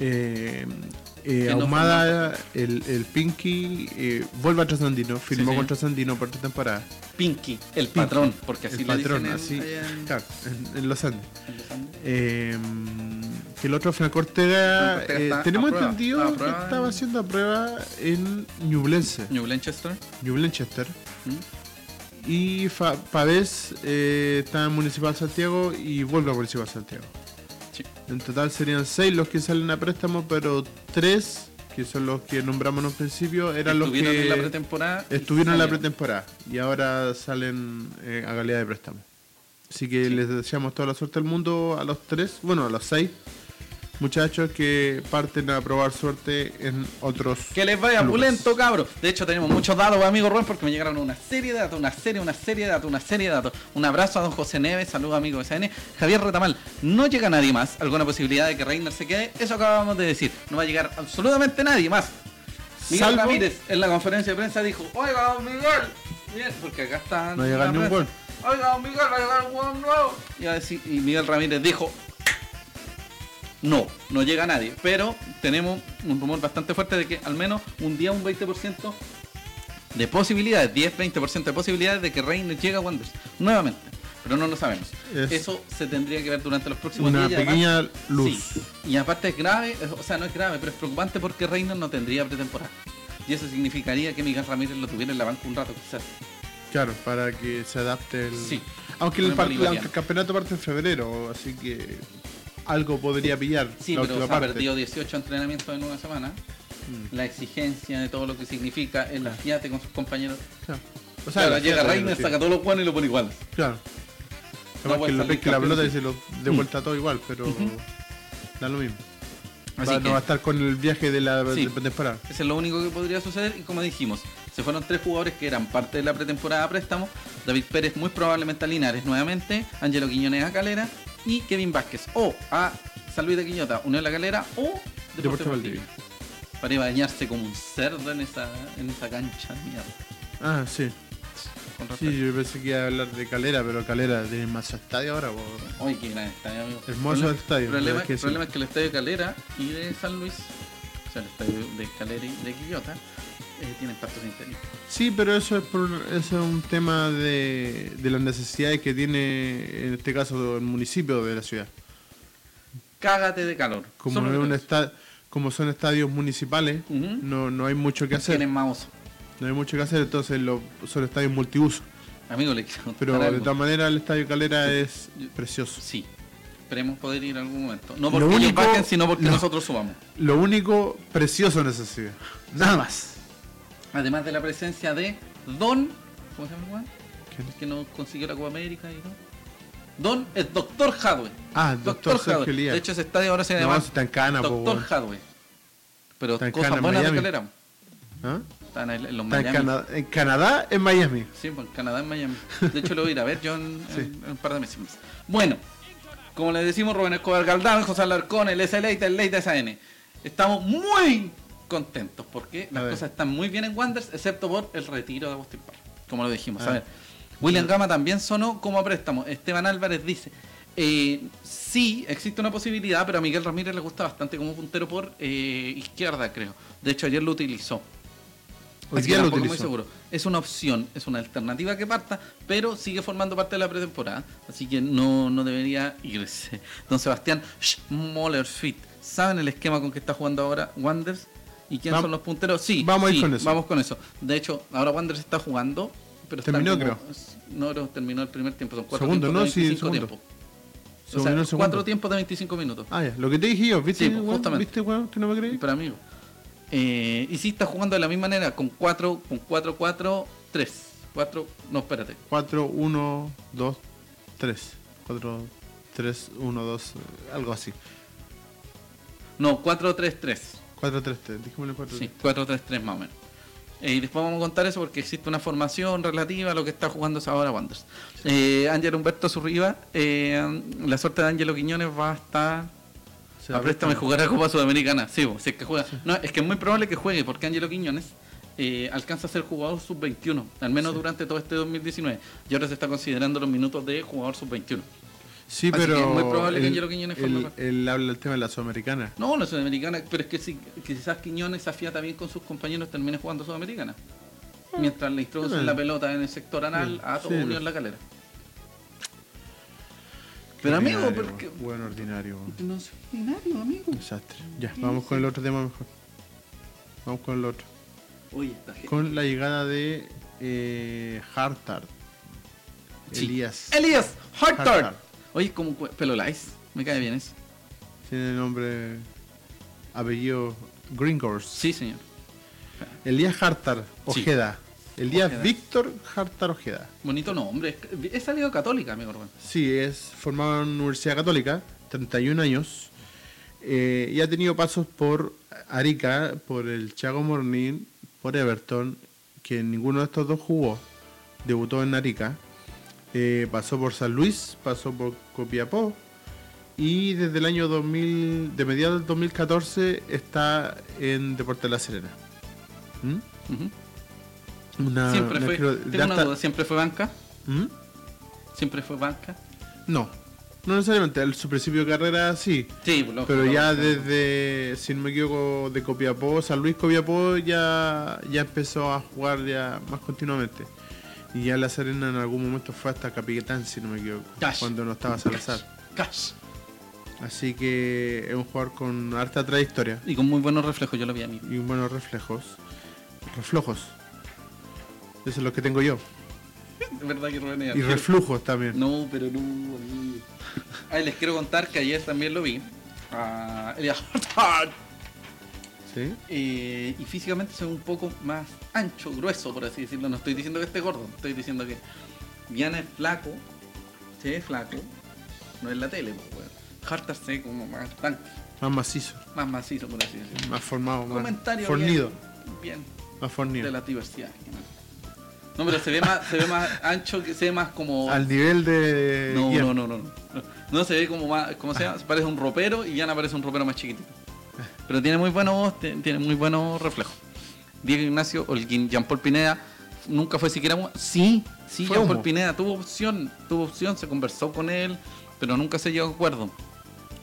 A: Eh, Eh,
B: Que no
A: Ahumada, el, el Pinky, eh, vuelve a Trasandino, firmó
B: sí.
A: con Trasandino por tres temporadas.
B: Pinky, el patrón, porque así
A: el
B: le
A: patrón,
B: dicen en-
A: así.
B: allá en-
A: Claro, en, en los Andes.
B: en Los Andes.
A: Eh, que el otro, Franco Ortega,
B: Franco Ortega
A: eh,
B: está
A: tenemos
B: a prueba,
A: entendido
B: está a
A: que
B: prueba
A: estaba
B: en-
A: haciendo a prueba en Ñublense,
B: New Blanchester.
A: Ñublenchester.
B: ¿Mm?
A: Y Fa- Pavés eh, está en Municipal Santiago y vuelve a Municipal Santiago.
B: Sí.
A: En total serían seis los que salen a préstamo, pero tres, que son los que nombramos en un principio, eran los
B: estuvieron
A: que
B: en la pretemporada. y
A: estuvieron en la
B: salieron.
A: pretemporada y ahora salen eh, a calidad de préstamo. Así que
B: Sí.
A: les deseamos toda la suerte del mundo a los tres, bueno, a los seis muchachos que parten a probar suerte en otros.
B: Que les vaya
A: clubes.
B: pulento, cabro. De hecho, tenemos muchos datos, amigo Rubén, porque me llegaron una serie de datos, una serie, una serie de datos, una serie de datos. Un abrazo a don José Neves, saludos, amigo SN. Javier Retamal, no llega nadie más. ¿Alguna posibilidad de que Reiner se quede? Eso acabamos de decir. No va a llegar absolutamente nadie más. Miguel
A: Salvo-
B: Ramírez en la conferencia de prensa dijo, oiga, don Miguel. Miguel, Porque acá está...
A: No llega
B: la
A: ni un
B: prensa. Oiga, don Miguel, va a llegar un hueón nuevo. Y, a decir- y Miguel Ramírez dijo, no, no llega nadie. Pero tenemos un rumor bastante fuerte de que al menos un día un 20% de posibilidades, 10-20% de posibilidades de que Reiner llegue a Wanderers nuevamente. Pero no lo sabemos.
A: Es-
B: Eso se tendría que ver durante los próximos
A: Una
B: días. y además-
A: pequeña luz.
B: Sí, Y aparte es grave, es- o sea, no es grave, pero es preocupante porque Reiner no tendría pretemporada. Y eso significaría que Miguel Ramírez lo tuviera en la banca un rato, quizás.
A: Claro, para que se adapte el.
B: Sí.
A: Aunque
B: Con
A: el,
B: el
A: par-
B: bolivariano.
A: aunque el campeonato parte en febrero, así que algo podría pillar.
B: Sí,
A: la
B: pero se
A: última
B: ha
A: parte.
B: perdido 18 entrenamientos en una semana.
A: Mm.
B: La exigencia de todo lo que significa el afiate con sus compañeros.
A: Claro. O
B: O sea,
A: la
B: llega
A: fíjate,
B: Reiner,
A: sí.
B: saca todos los buenos y lo pone igual.
A: Claro.
B: No
A: Además
B: puede
A: que lo
B: salir
A: pesca la
B: campeón,
A: pelota y
B: sí.
A: se lo de vuelta todo igual, pero da lo mismo.
B: Así
A: Va-
B: que-
A: No va a estar con el viaje de la
B: Sí.
A: de- de parar.
B: Eso es lo único que podría suceder y como dijimos, se fueron tres jugadores que eran parte de la pretemporada a préstamo. David Pérez muy probablemente a Linares nuevamente, Angelo Quiñones a Calera y Kevin Vázquez o a San Luis de Quiñota, Unión La Calera o
A: Deportes
B: Deportes
A: Valdivia.
B: Valdivia. Para ir a bañarse como un cerdo en esa, en esa cancha de mierda.
A: Ah, sí.
B: Con
A: Sí,
B: respeto.
A: yo pensé que iba a hablar de Calera, pero Calera tiene más estadio ahora. po.
B: Oye, qué gran estadio, amigo.
A: Hermoso
B: Problema-
A: estadio, la
B: Problema,
A: verdad que sí.
B: problema es que el estadio de Calera y de San Luis, o sea, el estadio de Calera y de Quillota, eh, tienen pactos internos.
A: Sí, pero eso es, por, eso es un tema de, de las necesidades que tiene, en este caso, el municipio de la ciudad.
B: Cágate de calor.
A: Como,
B: Solo
A: es un
B: eso.
A: esta- como son estadios municipales,
B: Ujú.
A: no, no hay mucho que hacer.
B: Tienen más oso.
A: No hay mucho que hacer, entonces lo- son estadios multiuso.
B: Amigo, le quiero contar
A: Pero de
B: algo.
A: todas maneras el Estadio Calera es precioso.
B: Sí. Esperemos poder ir en algún momento. No
A: Lo
B: porque ellos
A: único-
B: bajen, sino porque
A: no.
B: nosotros subamos.
A: Lo único precioso en esa ciudad. Nada más.
B: Además de la presencia de Don... ¿Cómo se llama, el weón? El que no consiguió la Copa América y todo. Don es Doctor Hadwe.
A: Ah, Dr. Sergio Elías.
B: De hecho, ese estadio ahora se
A: No,
B: llama
A: si está en Cana, po,
B: Doctor
A: weón.
B: Hadwe. Pero
A: Está en
B: cosas
A: Cana, en
B: buenas de
A: Miami.
B: Calera.
A: ¿Ah?
B: Están en, en los
A: Está en,
B: Miami.
A: Cana- en Canadá, en Miami.
B: Sí, pues, en Canadá, en Miami. De hecho, lo voy a ir a ver yo en,
A: Sí.
B: en- en un par de meses más. Bueno, como les decimos, Rubén Escobar Galdán, José Alarcón, el SLA y el Leite SN. Estamos muy contentos porque
A: A
B: las
A: ver.
B: cosas están muy bien en Wanderers, excepto por el retiro de Agustín Parra, como lo dijimos.
A: Ah.
B: A ver, William Gama también sonó como a préstamo. Esteban Álvarez dice, eh, sí, existe una posibilidad, pero a Miguel Ramírez le gusta bastante como puntero por eh, izquierda, creo. De hecho, ayer lo utilizó.
A: Hoy
B: Así que
A: día lo
B: tampoco muy
A: utilizó.
B: seguro. Es una opción, es una alternativa que parta, pero sigue formando parte de la pretemporada, así que no, no debería irse. Don Sebastián Mollerfit, ¿saben el esquema con que está jugando ahora Wanders? ¿Y quién
A: Vam-
B: son los punteros? Sí,
A: vamos a ir
B: sí,
A: con eso.
B: Vamos con eso. De hecho, ahora Wanders está jugando, pero está
A: Terminó,
B: como-
A: creo.
B: No, no, terminó el primer tiempo, son cuatro
A: Segundo,
B: tiempos
A: ¿no? Sí,
B: de 25
A: segundo.
B: tiempos.
A: Se
B: o
A: unió
B: sea,
A: el segundo.
B: cuatro tiempos de 25 minutos.
A: Ah, ya. Lo que te dije yo, ¿viste,
B: Sí, pues,
A: weón?
B: justamente.
A: ¿Viste, weón? ¿Que no me creí?
B: Pero amigo. eh, y sí está jugando de la misma manera, con 4, con 4, 4, 3. 4, no, espérate.
A: 4, 1, 2, 3. 4, 3, 1, 2, algo así.
B: No, 4, 3, 3.
A: 4, 3, 3. Dijimos 4,
B: Sí, 4, 3, 3 más o menos. Eh, y después vamos a contar eso porque existe una formación relativa a lo que está jugando ahora Wanderers. Eh, Ángel Humberto Zurriba, eh, la suerte de Ángelo Quiñones va a estar
A: Se
B: a préstamo y jugar a Copa Sudamericana. Sí, vos, si es que juega. No, es que es muy probable que juegue porque Angelo Quiñones eh, alcanza a ser jugador sub-21, al menos durante todo este 2019. Y ahora se está considerando los minutos de jugador sub-21.
A: Sí,
B: Así
A: pero.
B: que es muy probable que Angelo Quiñones forme
A: él,
B: parte.
A: él habla del tema de la Sudamericana.
B: No, la Sudamericana, pero es que si, quizás Quiñones afiata bien con sus compañeros, termine jugando Sudamericana. Mientras le introducen
A: Bueno.
B: la pelota en Ah. el sector anal
A: Bueno,
B: a todo
A: sí,
B: Unión
A: lo-
B: la calera. Pero amigo,
A: Ordinario,
B: porque-
A: Bueno, ordinario, weón.
B: No soy ordinario, amigo.
A: Desastre. Ya, vamos con el otro tema mejor. Vamos con el otro.
B: Oye, esta gente.
A: Con la llegada de eh, Hartard.
B: Sí.
A: Elías.
B: Elías Hartard.
A: Hartard.
B: Oye, es como un cue- pelo lice. Me cae bien eso.
A: Tiene nombre. Apellido Gringors.
B: Sí, señor.
A: Elías Hartar Ojeda. Elías
B: Ojeda.
A: Víctor Hartar Ojeda.
B: Bonito nombre. Es, es salido católica, amigo Rubén.
A: Sí, es formado en la Universidad Católica, 31 años. eh, y ha tenido pasos por Arica, por el Chago Mornín, por Everton, que ninguno de estos dos jugó. Debutó en Arica. eh, pasó por San Luis, pasó por Copiapó. Y desde el año 2000, de mediados del 2014, está en Deportes La Serena. ¿Mm?
B: Ujú.
A: Una-
B: siempre
A: una
B: fue.
A: Ah, creo- de
B: Tengo una
A: alta-
B: duda. ¿Siempre fue banca?
A: ¿Mm?
B: ¿Siempre fue banca?
A: No, no necesariamente. Al su principio de carrera sí.
B: Sí, pues, lógico,
A: Pero ya
B: lógico.
A: desde, si no me equivoco, de Copiapó, San Luis Copiapó ya, ya empezó a jugar ya más continuamente. Y ya La Serena en algún momento fue hasta Capitán, si no me equivoco,
B: Cash.
A: cuando no estaba Salazar.
B: Cash.
A: Así que es un jugador con harta trayectoria
B: Y con muy buenos reflejos, yo lo vi a mí.
A: y buenos reflejos. Reflojos. Eso es lo que tengo yo.
B: Es verdad que Rubén es
A: Y
B: arquero.
A: reflujos también.
B: No, pero no, amigo. Ay, les quiero contar que ayer también lo vi. Ah, Elías Hartard.
A: ¿Sí?
B: Eh, y físicamente soy un poco más ancho, grueso, por así decirlo. No estoy diciendo que esté gordo, estoy diciendo que Viana es flaco, se ve flaco, no es la tele, pues, weón. Hartar se ve como más tanque,
A: Más macizo,
B: más macizo, por así decirlo.
A: más formado, más
B: Comentario
A: fornido.
B: bien,
A: Más
B: bien de
A: fornido.
B: la diversidad. No, pero se ve más, se ve más ancho, que se ve más como.
A: Al nivel de...
B: No,
A: Guian.
B: no, no, no, no. No se ve como más, ¿cómo se llama? Se parece a un ropero y Yana parece un ropero más chiquitito. Pero tiene muy buena voz, te- tiene muy buenos reflejos. Diego Ignacio Holguín, Jean Paul Pineda, nunca fue siquiera un... Sí, sí,
A: Fue
B: Jean Paul
A: humo.
B: Pineda tuvo opción, tuvo opción, se conversó con él, pero nunca se llegó a acuerdo.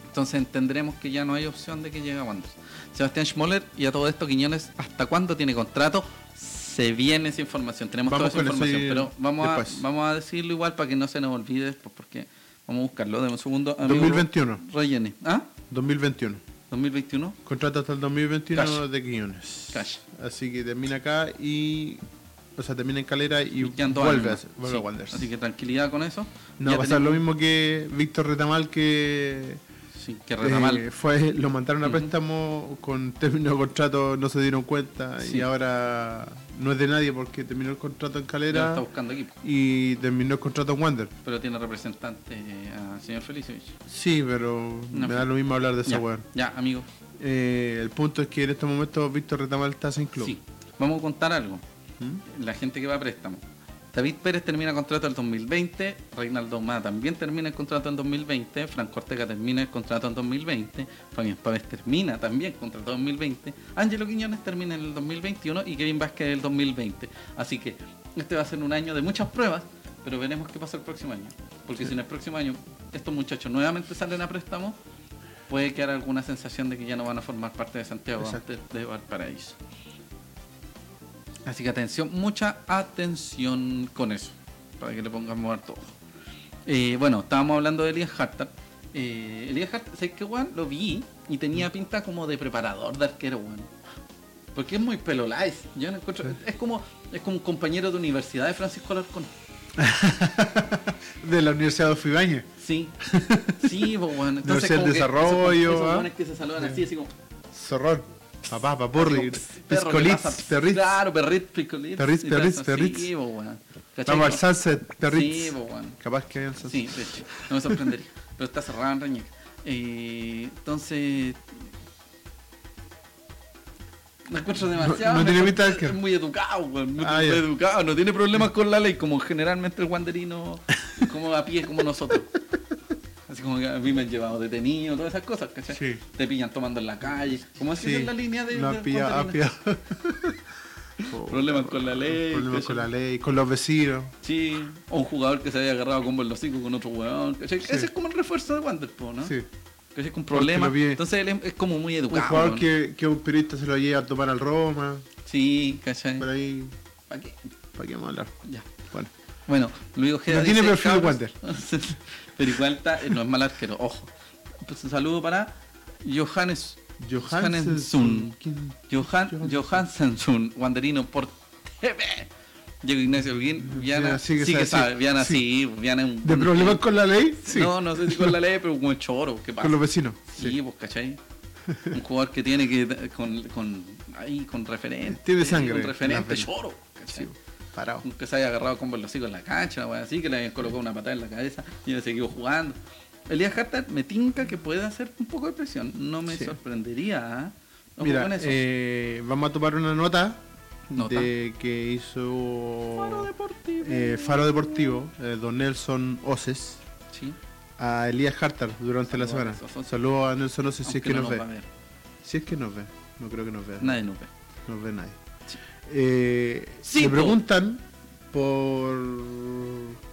B: Entonces entendremos que ya no hay opción de que llegue a Wanderers. Sebastián Schmoller y a todo esto, Quiñones, ¿hasta cuándo tiene contrato? Se viene esa información. Tenemos
A: Vamos
B: toda esa
A: con eso
B: información,
A: y
B: pero vamos a,
A: después.
B: vamos a decirlo igual para que no se nos olvide después, porque vamos a buscarlo. Dame un segundo. amigo.
A: 2021.
B: Rellene. ¿Ah?
A: 2021.
B: 2021.
A: Contrato hasta el 2021
B: Cash.
A: de Quiñones.
B: Cash.
A: Así que termina acá y. O sea, termina en Calera y,
B: Y quedan dos
A: vuelve, a,
B: años más.
A: vuelve a
B: Sí,
A: Wanderers.
B: Así que tranquilidad con eso.
A: No va
B: Ya
A: a pasar lo
B: tenemos-
A: mismo que Víctor Retamal que.
B: Sí, que Retamal.
A: eh, fue, lo mandaron a
B: Ujú.
A: préstamo con término de contrato, no se dieron cuenta
B: Sí.
A: y ahora no es de nadie porque terminó el contrato en
B: ya
A: Calera
B: está buscando equipo.
A: y terminó el contrato en Wander.
B: Pero tiene representante eh, al señor Felicevich.
A: Sí, pero
B: No,
A: me
B: sí.
A: da lo mismo hablar de esa
B: Ya,
A: weón.
B: ya, amigo.
A: Eh, el punto es que en estos momentos Víctor Retamal está sin club.
B: Sí. Vamos a contar algo.
A: ¿Mm?
B: la gente que va a préstamo. David Pérez termina contrato el 2020, Reinaldo Humada también termina el contrato en 2020, Franco Ortega termina el contrato en 2020, Fabián Pávez termina también contrato en 2020, Ángelo Quiñones termina en el 2021 y Kevin Vázquez en el 2020. Así que este va a ser un año de muchas pruebas, pero veremos qué pasa el próximo año. Porque si en el próximo año estos muchachos nuevamente salen a préstamo, puede quedar alguna sensación de que ya no van a formar parte de Santiago
A: Exacto.
B: de, de Valparaíso. Así que atención, mucha atención con eso, para que le pongamos harto ojo. Eh, bueno, estábamos hablando de Elías Hartar. Eh, Elías Hartar, ¿sabes qué, weón? Lo vi y
A: Mm.
B: tenía pinta como de preparador de arquero, weón. Porque es muy pelolais. Yo no encuentro. Es como, es como un compañero de universidad de Francisco Alarcón.
A: De la Universidad de Fibañez.
B: Sí. Sí, pues, weón.
A: Universidad
B: como
A: del
B: que esos-
A: Desarrollo,
B: Esos,
A: ¿ah?
B: weones que se saludan así, así como.
A: Zorrón. Papá, papurri.
B: perro que pasa.
A: Piscolitz, perritz.
B: Claro, perrit, piscolitz.
A: Perritz,
B: y todo
A: perritz,
B: eso.
A: perritz.
B: Sí, pues, weón. ¿Cachai?
A: Vamos al sunset,
B: Sí,
A: perritz.
B: pues, weón.
A: Capaz que hay un sunset.
B: Sí, de hecho, no me sorprendería. pero está cerrada en Reñaca. Eh, entonces. Me encuentro demasiado.
A: no
B: me
A: tiene
B: encuentro-
A: pinta de que-
B: es muy educado, weón. Muy,
A: Ah,
B: muy
A: ya.
B: educado. No tiene problemas con la ley, como generalmente el wanderino, como a pie, como nosotros. Así como que a mí me han llevado detenido, todas esas cosas, ¿cachai?
A: Sí.
B: Te pillan tomando en la calle. Como así
A: Sí,
B: es la línea de.
A: lo
B: del
A: ha pillado, ha
B: wanderino.
A: pillado.
B: Problemas con la ley.
A: Problemas con
B: ¿cachai?
A: la ley, con los vecinos.
B: Sí, o un jugador que se había agarrado a combo en los cinco con otro huevón. ¿cachai?
A: Sí.
B: Ese es como el refuerzo de Wander, po, ¿no?
A: Sí.
B: ¿Cachai? Con
A: Porque
B: problemas.
A: lo vi-
B: Entonces él es, es como muy
A: Un
B: educado.
A: jugador
B: weón.
A: que, que un periodista se lo lleva a tomar al Roma.
B: Sí, ¿cachai?
A: Por ahí,
B: ¿Para qué?
A: ¿para qué vamos a hablar?
B: Ya.
A: Bueno,
B: Bueno, Luis Ojeda
A: No tiene
B: dice,
A: perfil de
B: "Cabros". Pero igual está- eh, no es mal arquero, ojo. Pues un saludo para Johannes
A: Johansen.
B: Sun.
A: ¿quién?
B: Johan, Johansen Sun, Wanderino por TV. Diego Ignacio Holguín, Viana,
A: Viana,
B: sí que, sabe, Viana sí, Viana es un...
A: ¿De problemas con la ley? Sí.
B: Mm, eh. No, no sé si con la ley, pero con el choro, ¿qué pasa?
A: Con los vecinos.
B: Sí, pues, ¿cachai? Un jugador que tiene que... Con, con, ahí, con referente.
A: Tiene sangre en
B: Con referente,
A: las venas.
B: choro, ¿cachai?
A: pues. Parado.
B: que se haya agarrado con hocico en la cancha, una wea así, que le habían colocado una patada en la cabeza y él siguió jugando. Elías Hartar me tinca que puede hacer un poco de presión. No me
A: Sí.
B: sorprendería. ¿eh? Ojo
A: Mira,
B: con eso.
A: eh, vamos a tomar una nota,
B: Nota.
A: de que hizo
B: Faro Deportivo.
A: eh, Faro Deportivo, eh, don Nelson Oces,
B: Sí.
A: a Elías Hartar durante la
B: Saludos a
A: semana.
B: esos Oces.
A: Saludos a Nelson Oces si es
B: Aunque
A: que
B: no
A: nos
B: nos
A: ve.
B: va a ver.
A: Si es que nos ve, no creo que nos vea.
B: Nadie nos ve.
A: No ve nadie.
B: Sí.
A: Eh,
B: Sí,
A: le
B: po.
A: preguntan por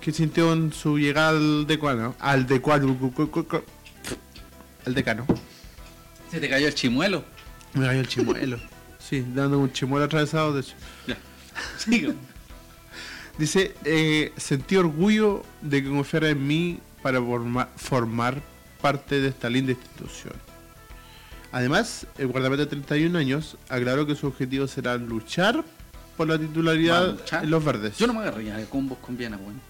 A: qué sintió en su llegada al decano. Al decano. cu- cu- cu- cu- Al decano.
B: Se te cayó el chimuelo.
A: Me cayó el chimuelo. sí, dando un chimuelo atravesado. De hecho.
B: Ya. Sigo.
A: Dice, eh, sentí orgullo de que confiara en mí para forma- formar parte de esta linda institución. Además, el guardameta de 31 años aclaró que su objetivo será luchar por la
B: Va a
A: titularidad
B: luchar.
A: en los verdes.
B: Yo no me agarraría de combos con Viana, weón.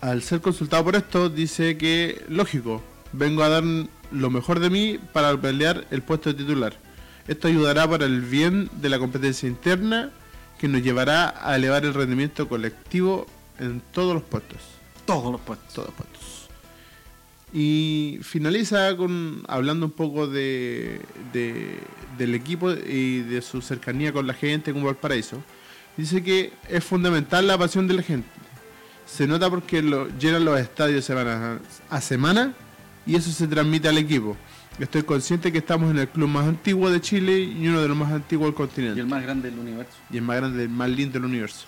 A: Al ser consultado por esto, dice que, lógico, vengo a dar lo mejor de mí para pelear el puesto de titular. Esto ayudará para el bien de la competencia interna que nos llevará a elevar el rendimiento colectivo en todos los puestos.
B: Todos los puestos.
A: Todos los puestos. Y finaliza con hablando un poco de, de- del equipo y de su cercanía con la gente con Valparaíso. Dice que es fundamental la pasión de la gente. Se nota porque lo, llenan los estadios semana a semana y eso se transmite al equipo. Estoy consciente que estamos en el club más antiguo de Chile y uno de los más antiguos del
B: Y el
A: continente.
B: más grande del universo.
A: Y el más grande, el más lindo del universo.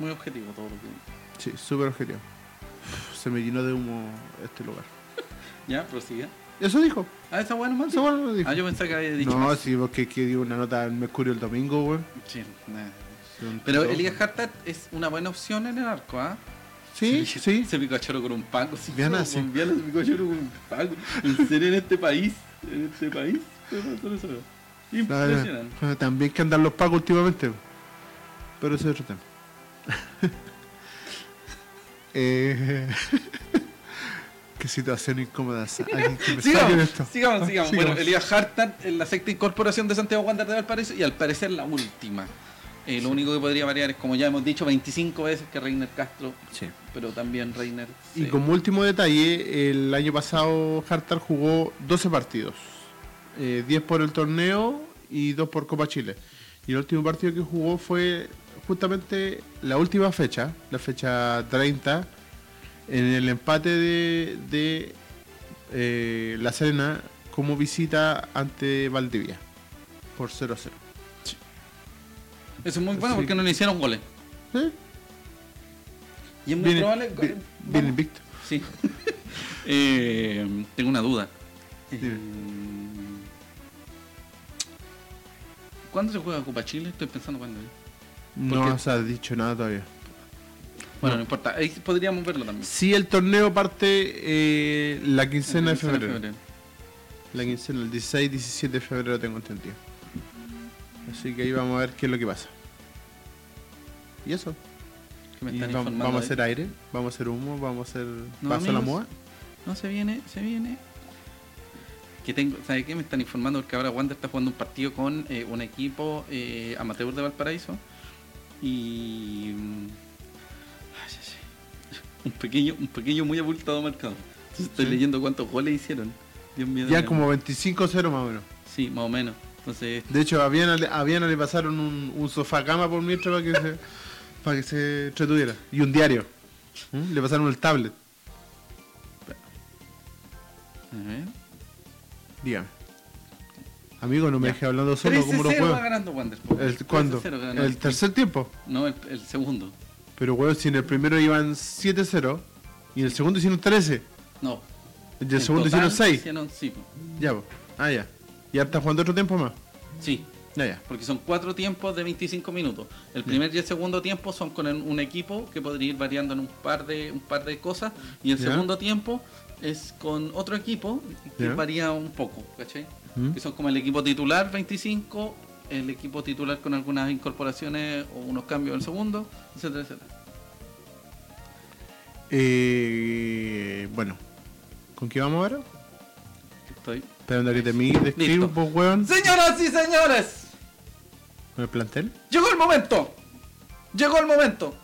B: Muy objetivo todo lo que.
A: Sí, súper objetivo. Uf, se me llenó de humo este lugar.
B: Ya, prosiga.
A: Eso dijo.
B: Ah, esa weá nomás.
A: Esa weá no dijo.
B: Ah, yo pensaba que había dicho.
A: no,
B: más.
A: sí, porque que dio una nota al Mercurio el domingo, güey.
B: Sí, nada. Pero Elías Hartat es una buena opción en el arco, ¿ah?
A: Sí,
B: Se-
A: sí.
B: Se picó a choro con un paco. Sí,
A: Viana,
B: no,
A: sí.
B: con Viana se picó a choro con un paco. En serio, en este país. En este país. puede pasar eso.
A: La-
B: Impresionante.
A: la- También que andan los pagos últimamente. güey. Pero ese es otro tema. Eh, qué situación incómoda. sa- alguien que me saque de
B: Sigamos,
A: esto.
B: sigamos, sigamos. Bueno,
A: Sigamos.
B: Elías Hartat en la sexta incorporación de Santiago Wander de Valparaíso y al parecer la última. Eh, lo único que podría variar es, como ya hemos dicho, 25 veces que Reiner Castro,
A: Sí.
B: pero también Reiner.
A: Y
B: se-
A: como último detalle, el año pasado Hartar jugó 12 partidos. Eh, 10 por el torneo y 2 por Copa Chile. Y el último partido que jugó fue justamente la última fecha, la fecha 30, en el empate de, de, eh, La Serena como visita ante Valdivia por 0 0.
B: Eso es muy bueno
A: Sí.
B: porque no le hicieron goles.
A: ¿Eh?
B: Y es muy
A: Bien,
B: probable.
A: bien- bien invicto.
B: Sí. Eh, tengo una duda.
A: Dime.
B: Eh, ¿Cuándo se juega Copa Chile? Estoy pensando cuándo. ¿eh? es.
A: No se ha dicho nada todavía.
B: Bueno, no, importa. Ahí podríamos verlo también.
A: Si el torneo parte eh, la quincena de febrero. La quincena, el 16, 17 de febrero tengo entendido. Así que ahí vamos a ver qué es lo que pasa. Y eso.
B: Que me
A: Y
B: están
A: vam-
B: informando
A: vamos a
B: ahí.
A: hacer aire, vamos a hacer humo, vamos a hacer
B: No,
A: paso a la
B: amigos.
A: moda.
B: No, se viene, se viene. Que tengo, ¿Sabe qué? Me están informando porque ahora Wander está jugando un partido con eh, un equipo eh, amateur de Valparaíso. Y. mm, ay, ay, ay. Un pequeño, un pequeño muy abultado marcado. Entonces estoy
A: Sí.
B: leyendo cuántos goles hicieron. Dios mío. de
A: Ya
B: verdad.
A: como 25-0 más o menos.
B: Sí, más o menos. Entonces,
A: De hecho, a Viana, le- a Viana le pasaron un, un sofá cama por mientras para que se, para que se entretuviera. Y un diario. ¿Mm? Le pasaron el tablet.
B: a ver.
A: Dígame. Amigo, no me
B: Ya.
A: dejes hablando solo como
B: 13-0
A: unos
B: va
A: huevos.
B: ganando Wander. po.
A: El- ¿Cuándo?
B: 13-0 ganó
A: El tercer tiempo.
B: No, el, el segundo.
A: Pero huevos, si en el primero iban 7-0 y en el segundo hicieron 13.
B: No.
A: Y en el segundo
B: total
A: hicieron 6.
B: Hicieron, sí, po.
A: Ya, po. Ah, ya. Y ahora está jugando otro tiempo más.
B: sí,
A: Ya, ya.
B: porque son cuatro tiempos de 25 minutos. El primer y el segundo tiempo son con el- un equipo que podría ir variando en un par de, un par de cosas. Y el
A: Ya.
B: segundo tiempo es con otro equipo que
A: Ya.
B: varía un poco, ¿cachai?
A: ¿Mm?
B: Que son como el equipo titular 25, el equipo titular con algunas incorporaciones o unos cambios en el segundo, etcétera, etcétera.
A: Eh, bueno. ¿Con qué vamos ahora?
B: Estoy...
A: Esperando a que te mi describo,
B: Listo.
A: pues, weón.
B: Señoras y señores,
A: ¿Con el plantel?
B: Llegó el momento. Llegó el momento.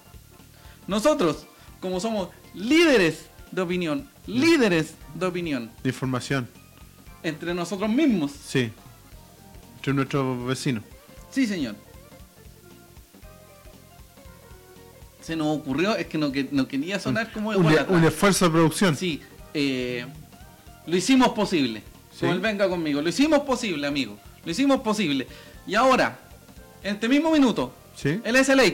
B: Nosotros, como somos líderes de opinión, líderes de opinión,
A: De información.
B: entre nosotros mismos.
A: Sí. Entre nuestros vecinos.
B: Sí, señor. Se nos ocurrió, es que no, que- no quería sonar como
A: Un,
B: igual.
A: un esfuerzo de producción.
B: Sí, eh, lo hicimos posible.
A: Sí.
B: Como él venga conmigo. Lo hicimos posible, amigo. Lo hicimos posible. Y ahora, en este mismo minuto,
A: ¿Sí?
B: El SLA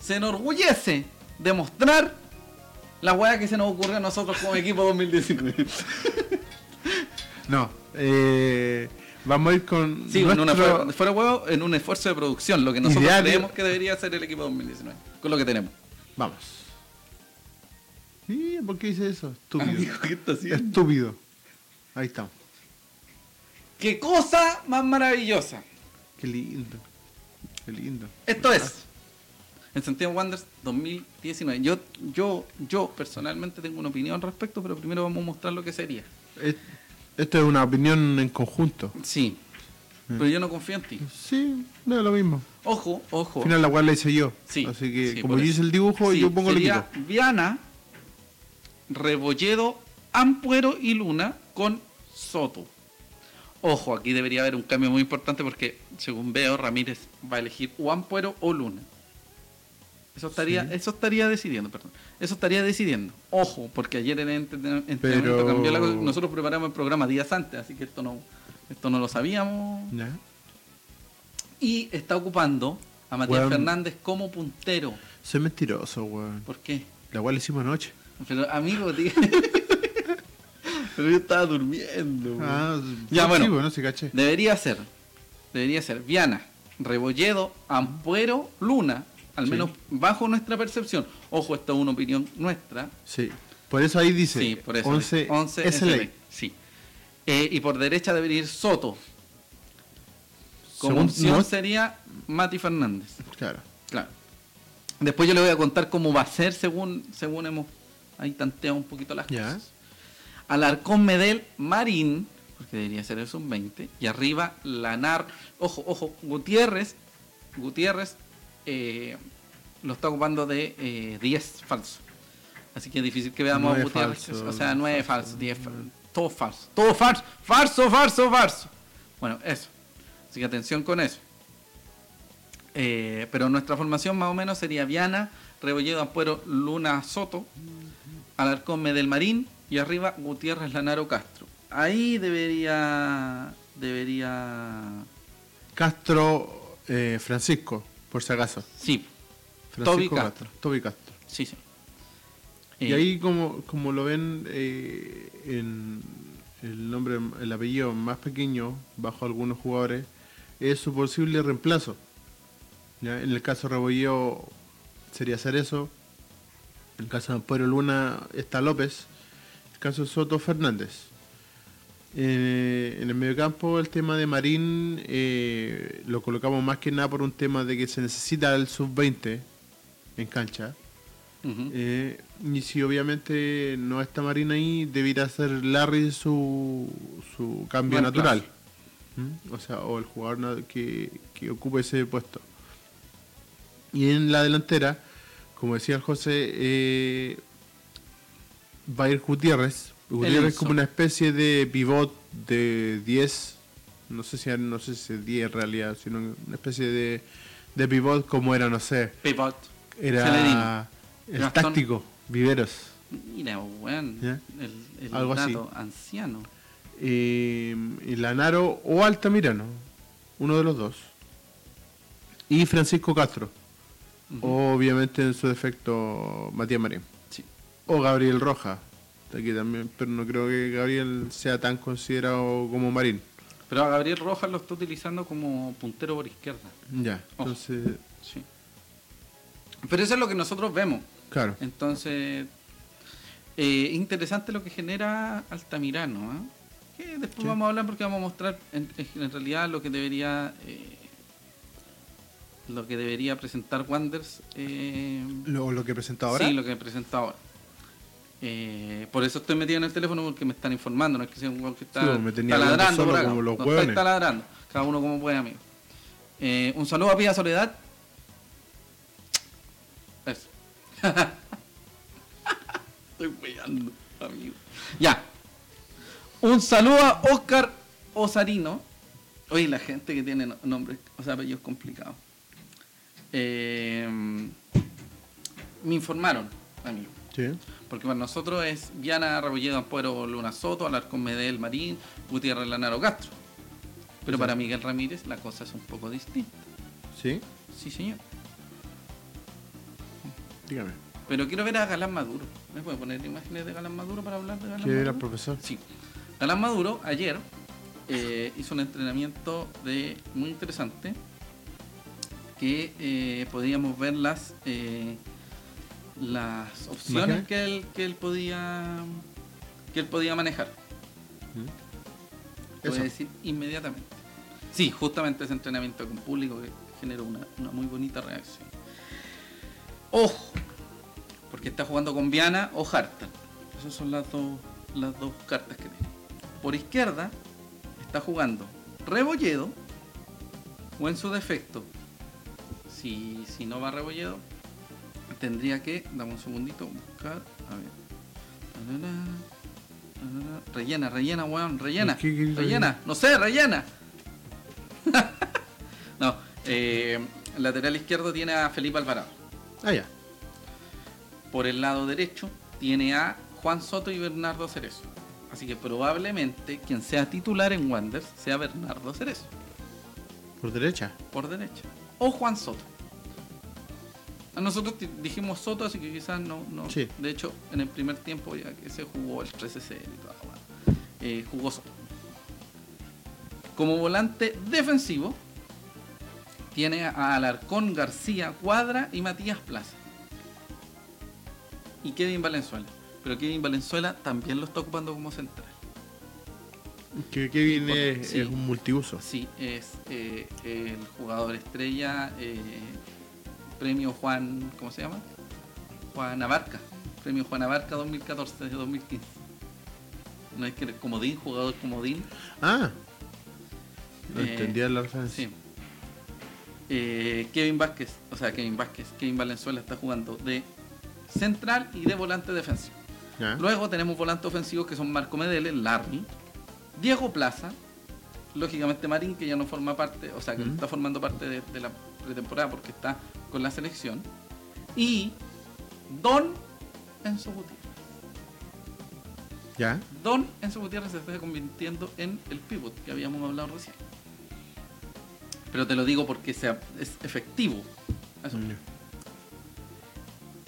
B: se enorgullece de mostrar la weá que se nos ocurrió a nosotros como equipo 2019.
A: No. Eh, vamos a ir con
B: Sí, en una
A: nuestro
B: fuera, fuera huevo, en un esfuerzo de producción, lo que nosotros
A: Ideal.
B: creemos que debería ser el equipo 2019, con lo que tenemos.
A: Vamos. ¿Y por qué hice eso? Estúpido.
B: Amigo, ¿qué está haciendo?
A: Estúpido. Ahí estamos.
B: ¡Qué cosa más maravillosa!
A: Qué lindo. Qué lindo.
B: Esto es el Santiago Wanderers 2019. Yo, yo, yo personalmente tengo una opinión al respecto, pero primero vamos a mostrar lo que sería.
A: Es- Esto es una opinión en conjunto.
B: Sí. Pero yo no confío en ti.
A: Sí, no es lo mismo.
B: Ojo, ojo.
A: Al final la cual la hice yo.
B: Oh. Sí,
A: Así que
B: sí,
A: como
B: por
A: yo
B: eso.
A: hice el dibujo,
B: Sí,
A: yo pongo el
B: sería
A: equipo.
B: Viana, Rebolledo, Ampuero y Luna con Soto. Ojo, aquí debería haber un cambio muy importante porque, según veo, Ramírez va a elegir o Ampuero o Luna. Eso estaría,
A: Sí.
B: eso estaría decidiendo, perdón. Eso estaría decidiendo. Ojo, porque ayer en el entren- entrenamiento
A: Pero-
B: cambió la cosa. Nosotros preparamos el programa días antes, así que esto no, esto no lo sabíamos.
A: Ya.
B: Y está ocupando a Matías
A: Weón.
B: Fernández como puntero.
A: Soy mentiroso, weón.
B: ¿Por qué?
A: La cual la hicimos anoche.
B: Pero amigo, tío. Pero yo estaba durmiendo. güey.
A: Ah,
B: Uh. Ya,
A: sí,
B: bueno.
A: bueno, sí, caché.
B: Debería ser. Debería ser. Viana, Rebolledo, Ampuero, Luna. Al
A: Sí.
B: menos bajo nuestra percepción. Ojo, esta es una opinión nuestra.
A: Sí. Por eso ahí dice
B: Sí, por eso.
A: 11,
B: 11
A: SLA.
B: SLA, Sí. Eh, y por derecha debería ir Soto. Como
A: Según
B: opción
A: Not-
B: sería Mati Fernández.
A: Claro.
B: Claro. Después yo le voy a contar cómo va a ser según, según hemos ahí tanteado un poquito las
A: Ya.
B: cosas. Alarcón Medel, Marín, porque debería ser el sub-20, y arriba Lanar, ojo, ojo, Gutiérrez, Gutiérrez eh, lo está ocupando de eh, 10 falso. Así que es difícil que veamos
A: Nueve
B: a Gutiérrez,
A: falso,
B: o sea, 9
A: falso.
B: falso, 10 falso, todo falso, todo falso, falso, falso, falso. Bueno, eso. Así que atención con eso. Eh, pero nuestra formación más o menos sería Viana, Rebolledo, Ampuero, Luna, Soto, Alarcón, Medel, Marín y arriba Gutiérrez, Lanaro, Castro. Ahí debería... debería...
A: Castro eh, Francisco, por si acaso.
B: Sí,
A: Francisco
B: Toby Castro.
A: Toby Castro.
B: sí, sí.
A: Y
B: Eh,
A: ahí como, como lo ven eh, en el nombre, el apellido más pequeño bajo algunos jugadores, es su posible reemplazo. ¿Ya? En el caso de Rebolledo sería hacer eso. En el caso de Pueblo Luna está López. En el caso de Soto Fernández. Eh, en el mediocampo el tema de Marín eh, lo colocamos más que nada por un tema de que se necesita el sub-20 en cancha.
B: ujú.
A: Eh, y si obviamente no está Marina ahí, debiera hacer Larry su, su cambio
B: Reemplazo.
A: natural. ¿Mm? O sea, o el jugador na- que, que ocupe ese puesto. Y en la delantera, como decía el José, eh, va a ir Gutiérrez. Gutiérrez es
B: Enzo.
A: como una especie de pivot de 10. No sé si no sé si es 10 en realidad, sino una especie de, de pivot como era, no sé.
B: Pivot.
A: Era
B: Celerino.
A: el
B: Gastón.
A: táctico, Viveros.
B: Mira, weón.
A: ¿Ya?
B: El, el
A: Algo así.
B: dato anciano.
A: eh, Lanaro o Altamirano, uno de los dos. Y Francisco Castro, obviamente en su defecto Matías Marín.
B: Sí.
A: O Gabriel Roja, de aquí también, pero no creo que Gabriel sea tan considerado como Marín.
B: Pero a Gabriel Rojas lo está utilizando como puntero por izquierda.
A: Ya,
B: Ojo.
A: entonces,
B: Sí. Pero eso es lo que nosotros vemos.
A: claro.
B: Entonces, eh, interesante lo que genera Altamirano. ¿ah? Que después
A: Sí.
B: vamos a hablar porque vamos a mostrar en, en realidad lo que debería eh, lo que debería presentar Wanders. eh,
A: Lo, lo que presenta ahora.
B: Sí, lo que presenta ahora. Eh, por eso estoy metido en el teléfono porque me están informando, no es que sea un weón que está,
A: Sí, pues, me tenía
B: está
A: hablando
B: ladrando
A: solo
B: por acá.
A: como los
B: no
A: hueones.
B: está ladrando, cada uno como puede, amigo. Eh, un saludo a Pía Soledad. Eso. Estoy weando, amigo. Ya. Un saludo a Oscar Osarino. Oye, la gente que tiene no- nombres, o sea, apellidos complicados. Eh, me informaron, amigo.
A: Sí.
B: Porque para nosotros es Viana, Rebolledo, Ampuero, Luna Soto, Alarcón Medel, Marín, Gutiérrez, Lanaro, Castro. Pero para Miguel Ramírez la cosa es un poco distinta.
A: Sí,
B: Sí, señor.
A: dígame.
B: Pero quiero ver a Galán Maduro. ¿Me puede poner imágenes de Galán Maduro para hablar de Galán
A: ¿Quiere ir al
B: Maduro?
A: profesor?
B: Sí. Galán Maduro ayer eh, hizo un entrenamiento de muy interesante que eh, podíamos ver las eh, las opciones
A: ¿Imágenes?
B: que él, que él podía que él podía manejar. Te voy
A: Eso.
B: a decir inmediatamente. Sí, justamente ese entrenamiento con público que generó una, una muy bonita reacción. Ojo, porque está jugando con Viana o Hartan. Esas son las dos, las dos cartas que tiene. Por izquierda está jugando Rebolledo o en su defecto. Si, si no va Rebolledo, tendría que, dame un segundito, buscar. A ver. Tarara, tarara. Rellena, rellena, weón, rellena.
A: ¿Qué querés
B: Rellena, no sé, rellena. no, eh, lateral izquierdo tiene a Felipe Alvarado.
A: Ah, ya.
B: Por el lado derecho tiene a Juan Soto y Bernardo Cerezo. Así que probablemente quien sea titular en Wanderers sea Bernardo Cerezo,
A: Por derecha.
B: por derecha. O Juan Soto. A nosotros ti- dijimos Soto, así que quizás no. no.
A: Sí.
B: De hecho, en el primer tiempo, ya que se jugó el 13-0 y toda la hueá, eh, jugó Soto. Como volante defensivo, tiene a Alarcón García Cuadra y Matías Plaza. Y Kevin Valenzuela. Pero Kevin Valenzuela también lo está ocupando como central.
A: Que Kevin es,
B: Sí.
A: es un multiuso.
B: Sí, es eh, el jugador estrella, eh, premio Juan, ¿cómo se llama? Juan Abarca, premio Juan Abarca 2014 de 2015. No es que era comodín, jugador comodín.
A: Ah. No
B: Eh,
A: entendía la referencia.
B: Sí. Eh, Kevin Vázquez, o sea, Kevin Vázquez, Kevin Valenzuela está jugando de central y de volante defensivo.
A: Ya.
B: Luego tenemos volantes ofensivos que son Marco Medele, Larry, Diego Plaza, lógicamente Marín, que ya no forma parte, o sea, que no
A: Mm.
B: está formando parte de, de la pretemporada porque está con la selección, y Don Enzo Gutiérrez.
A: Ya.
B: Don Enzo Gutiérrez se está convirtiendo en el pivot que habíamos hablado recién. Pero te lo digo porque sea, es efectivo. Eso.
A: Mm,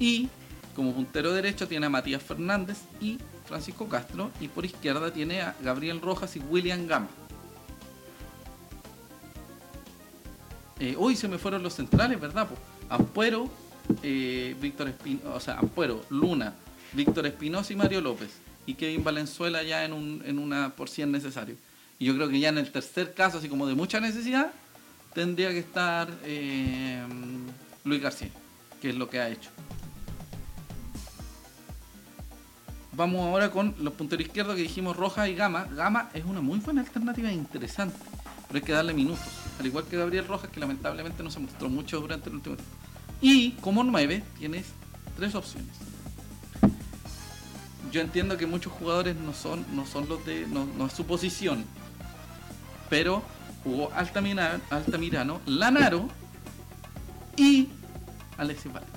B: Y como puntero derecho tiene a Matías Fernández y Francisco Castro. Y por izquierda tiene a Gabriel Rojas y William Gama. Eh, uy, se me fueron los centrales, ¿verdad? po? Ampuero, eh, Víctor Espinosa, o sea, Ampuero, Luna, Víctor Espinosa y Mario López. Y Kevin Valenzuela ya en, un, en una por cien necesario. Y yo creo que ya en el tercer caso, así como de mucha necesidad, tendría que estar eh, Luis García, que es lo que ha hecho. Vamos ahora con los punteros izquierdos que dijimos Roja y Gama. Gama es una muy buena alternativa e interesante, pero hay que darle minutos. Al igual que Gabriel Rojas, que lamentablemente no se mostró mucho durante el último tiempo. Y como 9 tienes tres opciones. Yo entiendo que muchos jugadores no son, no son los de. no, no es su posición. Pero jugó Altamirano, Altamirano Lanaro y Alexis Valencia.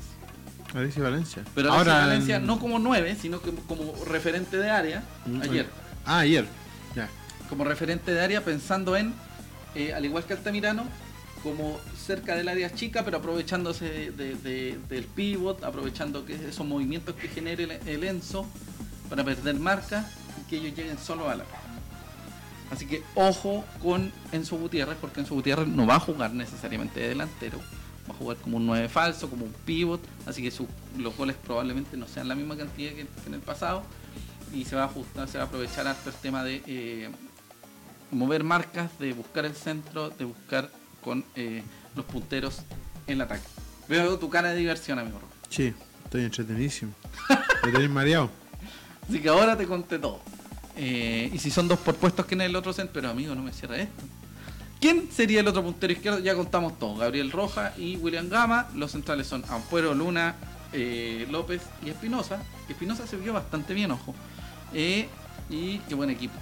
A: Alexis Valencia.
B: Pero Alexis Valencia
A: en-
B: no como 9, sino que como referente de área
A: Mm,
B: ayer.
A: Ah, ayer. Ya.
B: como referente de área, pensando en, eh, al igual que Altamirano, como cerca del área chica, pero aprovechándose de- de- del pivot, aprovechando que esos movimientos que genere el, el Enzo para perder marca y que ellos lleguen solo a la. Así que ojo con Enzo Gutiérrez, porque Enzo Gutiérrez no va a jugar necesariamente de delantero, va a jugar como un 9 falso, como un pivot, así que sus- los goles probablemente no sean la misma cantidad que, que en el pasado y se va a ajustar, se va a aprovechar harto el tema de eh, mover marcas, de buscar el centro, de buscar con eh, los punteros el ataque. Veo tu cara de diversión, amigo. Rubén.
A: Sí, estoy entretenidísimo. Me tenéis mareado.
B: Así que ahora te conté todo. Eh, y si son dos por puestos, ¿quién es el otro centro? Pero amigo, no me cierra esto. ¿Quién sería el otro puntero izquierdo? Ya contamos todo. Gabriel Roja y William Gama. Los centrales son Ampuero, Luna, eh, López y Espinosa. Espinosa se vio bastante bien, ojo. Eh, y qué buen equipo.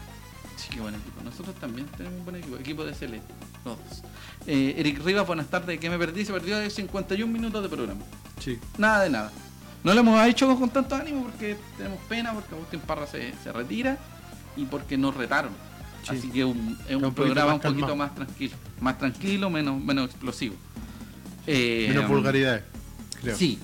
B: Sí, qué buen equipo. Nosotros también tenemos un buen equipo. Equipo de Celeste. Los dos. Eh, Eric Rivas, buenas tardes. ¿Qué me perdí? Se perdió de 51 minutos de programa.
A: Sí.
B: Nada de nada. No lo hemos hecho con tanto ánimo porque tenemos pena, porque Agustín Parra se, se retira y porque nos retaron.
A: Sí.
B: Así que un- es un,
A: un poquito más
B: programa un poquito
A: calmado.
B: más tranquilo. Más tranquilo, menos, menos explosivo. Eh,
A: Menos vulgaridades, creo.
B: Sí.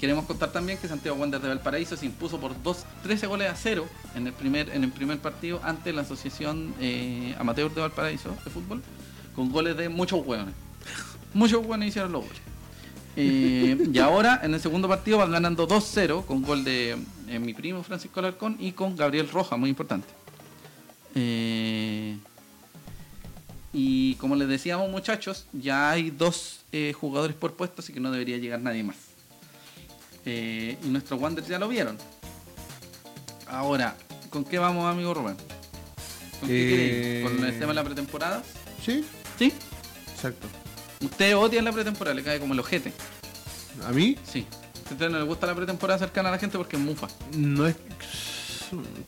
B: Queremos contar también que Santiago Wanderers de Valparaíso se impuso por dos, 13 goles a 0 en el primer, en el primer partido ante la Asociación eh, Amateur de Valparaíso de fútbol, con goles de muchos hueones. Muchos hueones hicieron los goles. Eh, y ahora en el segundo partido van ganando 2-0 con gol de eh, mi primo Francisco Alarcón y con Gabriel Roja, muy importante. Eh, y como les decíamos muchachos, ya hay dos eh, jugadores por puesto, así que no debería llegar nadie más. Eh, y nuestros Wanderers ya lo vieron. Ahora, ¿con qué vamos, amigo Rubén? ¿Con qué
A: Eh,
B: queréis? ¿Con el tema de la pretemporada?
A: Sí,
B: ¿Sí?
A: exacto.
B: Usted odia la pretemporada, le cae como el ojete.
A: A mí
B: Sí. Usted no le gusta la pretemporada cercana a la gente porque es mufa.
A: no es.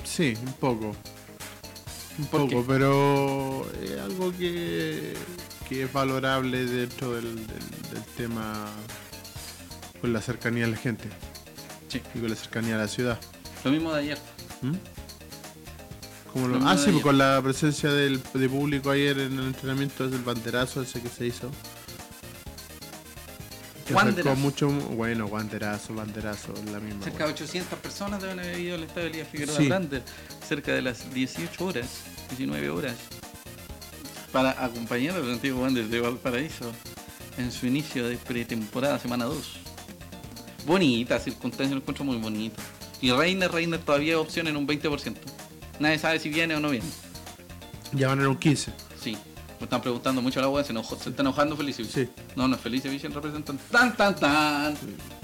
A: Sí, un poco. Un
B: ¿Por
A: poco,
B: qué?
A: pero es algo que, que es valorable dentro del, del- del tema con la cercanía a la gente
B: Sí.
A: y con la cercanía a la ciudad.
B: Lo mismo de ayer.
A: ¿Mm? Como
B: Lo
A: lo,
B: mismo
A: ah,
B: de
A: sí,
B: ayer.
A: con la presencia del, de público ayer en el entrenamiento, es el banderazo ese que se hizo. Que
B: Wanderazo.
A: acercó mucho, bueno, banderazo, banderazo, la misma.
B: Cerca de
A: wea.
B: 800 personas deben haber ido al estadio Elías Figueroa
A: Sí.
B: Hernández cerca de las 18 horas, 19 horas, para acompañar a los antiguos Wanderers de Valparaíso en su inicio de pretemporada, semana 2. Bonita circunstancia, lo encuentro muy bonito. Y Reiner, Reiner todavía es opción en un 20%. Nadie sabe si viene o no viene.
A: Ya van en un 15.
B: Sí, me están preguntando mucho a la web, se, enojó- se está enojando Felice
A: Sí.
B: No, no es Felice Villa el representante. ¡Tan, tan, tan!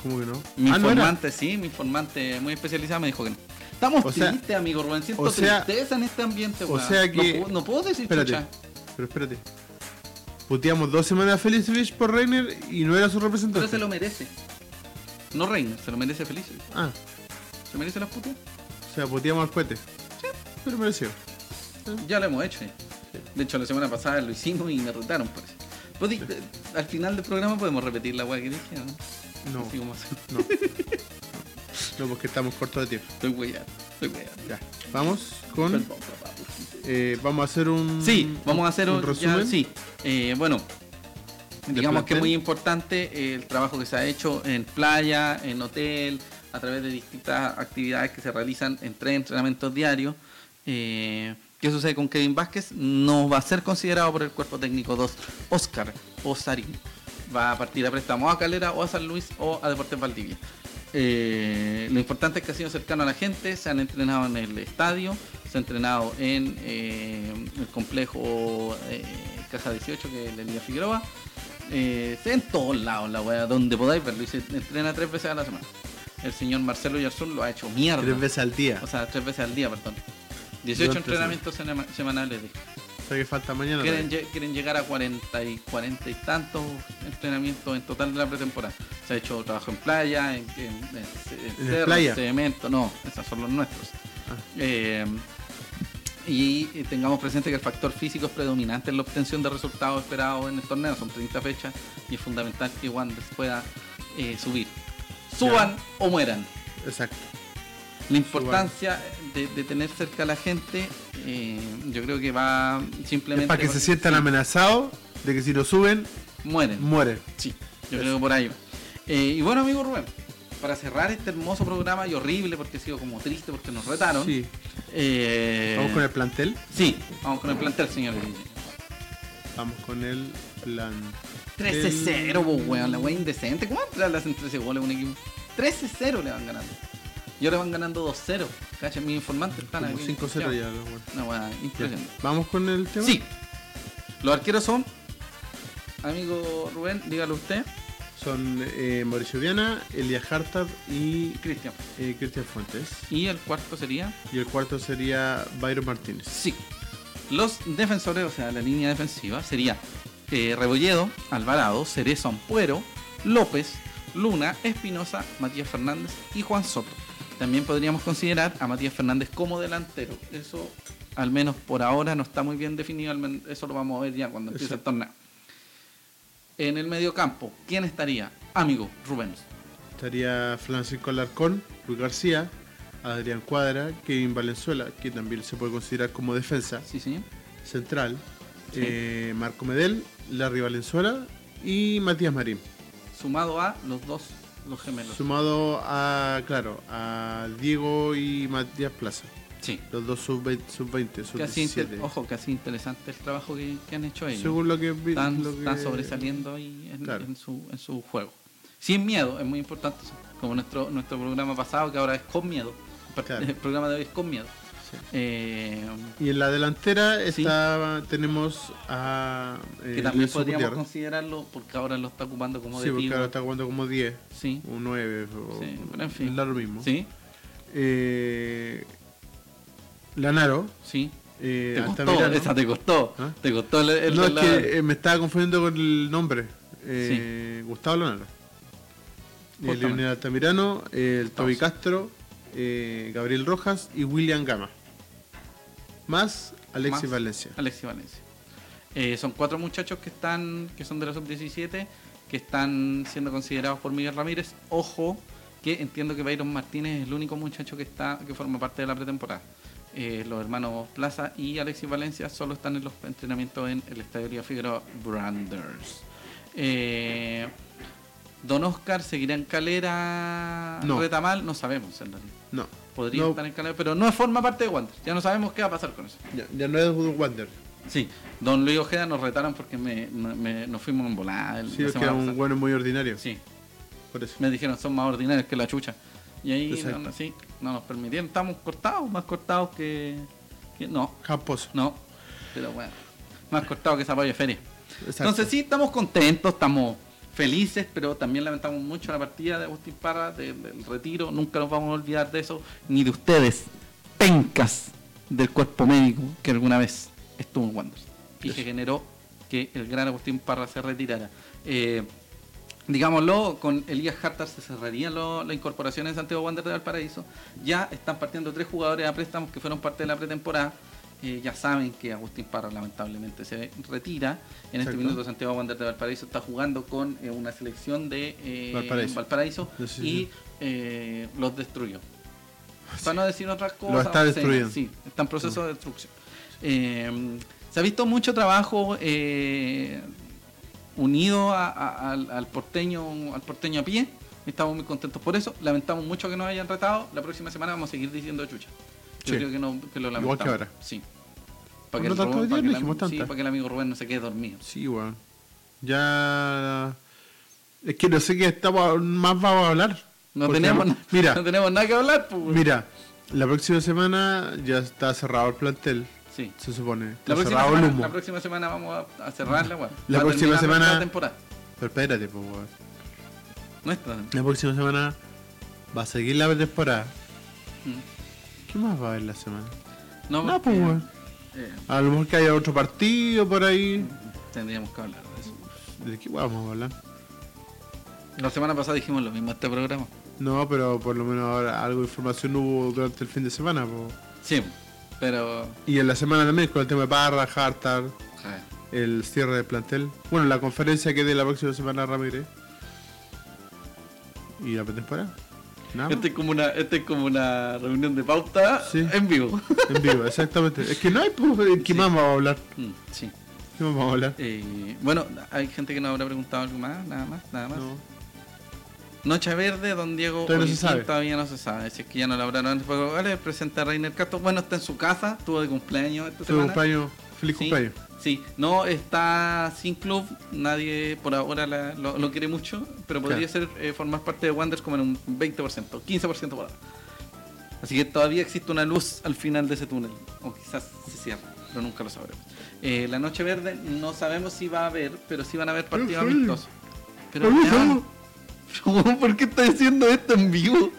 A: ¿Cómo que no?
B: Mi
A: Ah, no era.
B: informante, sí, mi informante muy especializada me dijo que no. Estamos
A: O sea-
B: tristes, amigo Rubén. Siento
A: o sea-
B: tristeza en este ambiente,
A: o
B: weón.
A: sea
B: No
A: que-
B: pu- No, puedo decir
A: Espérate,
B: chucha.
A: pero espérate. Puteamos dos semanas a Félix Fish por Reiner y no era su
B: Pero
A: representante.
B: se lo merece. No reina, se lo merece Felice.
A: Ah,
B: Se merece las putas.
A: o sea, puteamos al cohete. Pero mereció. Ah.
B: Ya lo hemos hecho. ya. De hecho, la semana pasada lo hicimos y me retaron por eso. Pues, di- eh, al final del programa podemos repetir la weá que dije, ¿no?
A: No,
B: Así como así.
A: no. No, porque estamos cortos de tiempo.
B: Estoy weyando, estoy weyando.
A: Ya. Vamos con.
B: Perdón, papá, por favor.
A: eh, vamos a hacer un.
B: Sí, vamos a hacer un, ya,
A: resumen.
B: sí, Eh, bueno,
A: ¿De
B: digamos que
A: plantel?
B: es muy importante eh, el trabajo que se ha hecho en playa, en hotel, a través de distintas actividades que se realizan en tres entrenamientos diarios. Eh, ¿Qué sucede con Kevin Vázquez? No va a ser considerado por el cuerpo técnico 2, Oscar Osarín. Va a partir a préstamo a Calera o a San Luis o a Deportes Valdivia. Eh, lo importante es que ha sido cercano a la gente, se han entrenado en el estadio, se ha entrenado en eh, el complejo eh, Caja 18, que es la Liga Figueroa. Eh, está en todos lados la wea, donde podáis verlo. Y se entrena tres veces a la semana. El señor Marcelo Yarzun lo ha hecho mierda.
A: Tres veces al día.
B: O sea, tres veces al día, perdón. 18
A: Durante
B: entrenamientos sema- semanales. dijo.
A: O sea, que falta mañana.
B: Quieren,
A: todavía.
B: lle- quieren llegar a 40 y 40 y tantos entrenamientos en total de la pretemporada. Se ha hecho trabajo en playa, en, en, en- en
A: ¿En
B: cerro,
A: playa?
B: cemento, no, esos son los nuestros.
A: Ah.
B: Eh, y eh, tengamos presente que el factor físico es predominante en la obtención de resultados esperados en el torneo, son 30 fechas y es fundamental que Wanderers pueda eh, subir. Suban o mueran.
A: Exacto.
B: La importancia de, de tener cerca a la gente Eh, yo creo que va simplemente.
A: Es para que
B: por-
A: se sientan amenazados de que si lo suben,
B: Mueren.
A: mueren.
B: Sí, yo creo que por ahí va. Eh, y bueno, amigo Rubén, para cerrar este hermoso programa y horrible, porque ha sido como triste, porque nos retaron.
A: Sí.
B: eh,
A: Vamos con el plantel.
B: Sí, vamos con el plantel, señores.
A: Vamos con el plan.
B: 13-0, pues, weón, la wea indecente. ¿Cómo le hacen 13 goles a un equipo? 13-0 le van ganando. Y ahora van ganando 2-0. Cacha, mi informante están
A: Como
B: aquí.
A: 5-0 ya, los buenos.
B: Una wea
A: Ya.
B: impresionante.
A: Vamos con el tema.
B: Sí, los arqueros son. Amigo Rubén, dígalo usted.
A: Son eh, Mauricio Viana, Elia Hartad y
B: Cristian.
A: eh, Cristian Fuentes.
B: Y el cuarto sería.
A: Y el cuarto sería Byron Martínez.
B: Sí. Los defensores, o sea, la línea defensiva sería eh, Rebolledo, Alvarado, Cerezo Ampuero, López, Luna, Espinosa, Matías Fernández y Juan Soto. También podríamos considerar a Matías Fernández como delantero. Eso, al menos por ahora, no está muy bien definido. al men- Eso lo vamos a ver ya cuando empiece el
A: Exacto.
B: torneo. En el medio campo, ¿quién estaría? Amigo, Rubén.
A: Estaría Francisco Alarcón, Luis García, Adrián Cuadra, Kevin Valenzuela, que también se puede considerar como defensa
B: Sí, señor.
A: central,
B: Sí.
A: eh, Marco Medel, Larry Valenzuela y Matías Marín.
B: Sumado a los dos, los gemelos.
A: Sumado a, claro, a Diego y Matías Plaza,
B: sí.
A: los dos sub-20, sub-20,
B: Casi inter-
A: sub-17.
B: ojo, casi interesante el trabajo que, que han hecho ellos.
A: Según lo que vi-
B: están,
A: lo que-
B: están sobresaliendo ahí en,
A: Claro.
B: en su, en su juego. Sin miedo, es muy importante. eso. Como nuestro, nuestro programa pasado, que ahora es con miedo. Pero
A: Claro.
B: El programa de hoy es con miedo.
A: Sí.
B: Eh,
A: Y en la delantera
B: Sí.
A: está, tenemos a. eh,
B: que también
A: Nelson
B: podríamos
A: Gutiérrez.
B: considerarlo, porque ahora lo está ocupando como
A: Sí,
B: de
A: porque
B: pívot.
A: ahora está jugando como 10
B: Sí,
A: o 9. O,
B: Sí, pero en fin.
A: da lo mismo.
B: sí,
A: Eh, Lanaro.
B: sí.
A: eh,
B: Te costó,
A: Altamirano.
B: esa te costó.
A: ¿Ah?
B: Te costó el, el-
A: No, es
B: la-
A: que eh, me estaba confundiendo con el nombre. Eh, Gustavo Lanaro. El
B: Justamente.
A: Leonel Altamirano, eh, el
B: Gustavo,
A: Toby
B: sí.
A: Castro, eh, Gabriel Rojas y William Gama. Más Alexis
B: Más
A: Valencia.
B: Alexis Valencia. Eh, son cuatro muchachos que están, que son de la sub-17, que están siendo considerados por Miguel Ramírez. Ojo, que entiendo que Byron Martínez es el único muchacho que está, que forma parte de la pretemporada. Eh, los hermanos Plaza y Alexis Valencia solo están en los entrenamientos en el Estadio Liga Figueroa Branders. Eh, Don Oscar seguirá en Calera
A: No.
B: Retamal, no sabemos en realidad.
A: No.
B: Podría
A: No.
B: estar en Calera, pero no forma parte de Wander. Ya no sabemos qué va a pasar con eso.
A: Ya, ya no es un Wander.
B: Sí, don Luis Ojeda nos retaron porque me, me- me- nos fuimos en volada. el-
A: Sí,
B: la
A: es que era
B: semana
A: un
B: pasada.
A: bueno muy ordinario.
B: Sí,
A: Por eso.
B: me dijeron son más ordinarios que la chucha. Y ahí no,
A: Exacto.
B: no- sí, no nos permitieron, estamos cortados, más cortados que, que- No,
A: Jamposo.
B: no, pero bueno, más cortados que zapallo de feria.
A: Exacto.
B: Entonces sí, estamos contentos, estamos felices, pero también lamentamos mucho la partida de Agustín Parra, de- del retiro, nunca nos vamos a olvidar de eso, ni de ustedes, pencas del cuerpo médico que alguna vez estuvo en Wanderers y que generó que el gran Agustín Parra se retirara. Eh, digámoslo, con Elías Hartar se cerrarían lo- las incorporaciones en Santiago Wanderers de Valparaíso. Ya están partiendo tres jugadores a préstamos que fueron parte de la pretemporada. Eh, ya saben que Agustín Parra lamentablemente se retira. En este
A: Exacto.
B: minuto Santiago Wanderers de Valparaíso está jugando con eh, una selección de eh,
A: Valparaíso.
B: Valparaíso
A: Sí, sí,
B: y
A: sí.
B: eh, los destruyó. Para no decir otras cosas.
A: está destruyendo.
B: Sí, está en proceso de destrucción. Eh, se ha visto mucho trabajo eh, unido a- a- al, al porteño al porteño a pie. Estamos muy contentos por eso. Lamentamos mucho que nos hayan retado. La próxima semana vamos a seguir diciendo chucha. Yo
A: Sí.
B: creo que, no, que lo lamentamos.
A: Igual que ahora.
B: Sí.
A: Por
B: Para que,
A: lo
B: el
A: tanto, hoy día
B: Rubén- para, que
A: no
B: el am-
A: dijimos
B: sí,
A: tanta.
B: para que el amigo Rubén no se quede dormido.
A: Sí, weón. Ya. Es que no sé qué estamos, más vamos a hablar.
B: No
A: Porque,
B: tenemos, na-
A: Mira,
B: no tenemos nada que hablar. pues.
A: mira. La próxima semana ya está cerrado el plantel,
B: Sí.
A: se supone.
B: La
A: Está
B: próxima,
A: cerrado el
B: semana,
A: humo.
B: la próxima semana vamos a, a cerrarla. weón.
A: La
B: Va a
A: próxima
B: terminar
A: semana-
B: La temporada.
A: Pero espérate, pues, weón.
B: No está.
A: La próxima semana va a seguir la temporada.
B: Mm.
A: ¿Qué más va a haber la semana?
B: No,
A: No, pues,
B: porque,
A: weón.
B: eh,
A: A lo mejor que haya otro partido por ahí.
B: tendríamos que hablar de eso.
A: ¿De qué vamos a hablar?
B: La semana pasada dijimos lo mismo a este programa.
A: No, pero por lo menos ahora algo de información hubo durante el fin de semana. po.
B: Sí, pero.
A: Y en la semana también con el tema de Parra, Hartar,
B: eh,
A: el cierre del plantel. Bueno, la conferencia que dé la próxima semana Ramírez. Y la pretemporada. Nada
B: Este es como una, este es como una reunión de pauta
A: Sí.
B: en vivo.
A: En vivo, exactamente. Es que no hay pues, ¿de ¿Qué
B: Sí.
A: más vamos a hablar?
B: Mm, sí.
A: ¿Qué más vamos a hablar?
B: Eh, bueno, hay gente que nos habrá preguntado algo más, nada más, nada más.
A: No.
B: Noche Verde, Don Diego
A: Todavía no se
B: Olguín,
A: sabe.
B: todavía no se sabe. Si es que ya no lo hablaron antes, pero vale, presenta a Reiner Castro. Bueno, está en su casa, estuvo de cumpleaños esta
A: Feliz
B: semana.
A: cumpleaños. Feliz
B: Sí,
A: cumpleaños.
B: Sí, no está sin club, nadie por ahora la- lo, lo quiere mucho, pero podría ser eh, formar parte de Wanderers como en un 20%, 15% por ahora. Así que todavía existe una luz al final de ese túnel, o quizás se cierra, pero nunca lo sabremos. Eh, la Noche Verde no sabemos si va a haber, pero sí van a haber partidos
A: Ujú.
B: amistosos. Pero
A: Ujú.
B: Esteban, ¿por qué estás diciendo esto en vivo?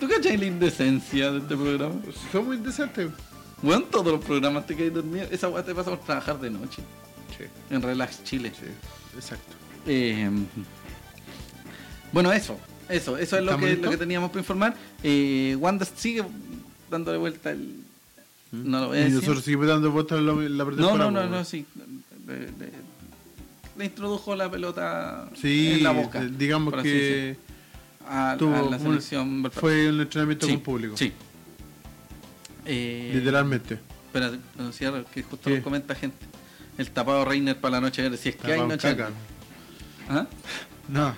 B: ¿Tú cachai la indecencia de este programa?
A: Somos indecentes.
B: Bueno, todos los programas te quedas dormido. Esa weá te pasa por trabajar de noche.
A: Sí,
B: En Relax Chile.
A: sí, exacto.
B: Eh, bueno, eso. Eso, eso es lo
A: ¿Estamos
B: que,
A: listos?
B: lo que teníamos para informar. Eh, Wanda sigue dándole vuelta el. No lo voy a
A: ¿Mm? Y
B: decir.
A: nosotros seguimos dando vueltas en la, en la
B: No,
A: pretemporada,
B: no, no,
A: pues,
B: no, sí. Le, le- le introdujo la pelota
A: Sí,
B: en la boca.
A: eh, digamos
B: por así decirlo,
A: que
B: A, a
A: tuvo
B: la
A: un-
B: selección. Valparaíso.
A: fue un entrenamiento
B: Sí,
A: con público.
B: Sí. Eh,
A: Literalmente.
B: Espérate, no cierro, que justo
A: ¿Qué?
B: nos comenta gente. El tapado Reiner para la noche verde. Si es que hay
A: Tapado en
B: noche
A: caca.
B: verde. ¿Ah?
A: No,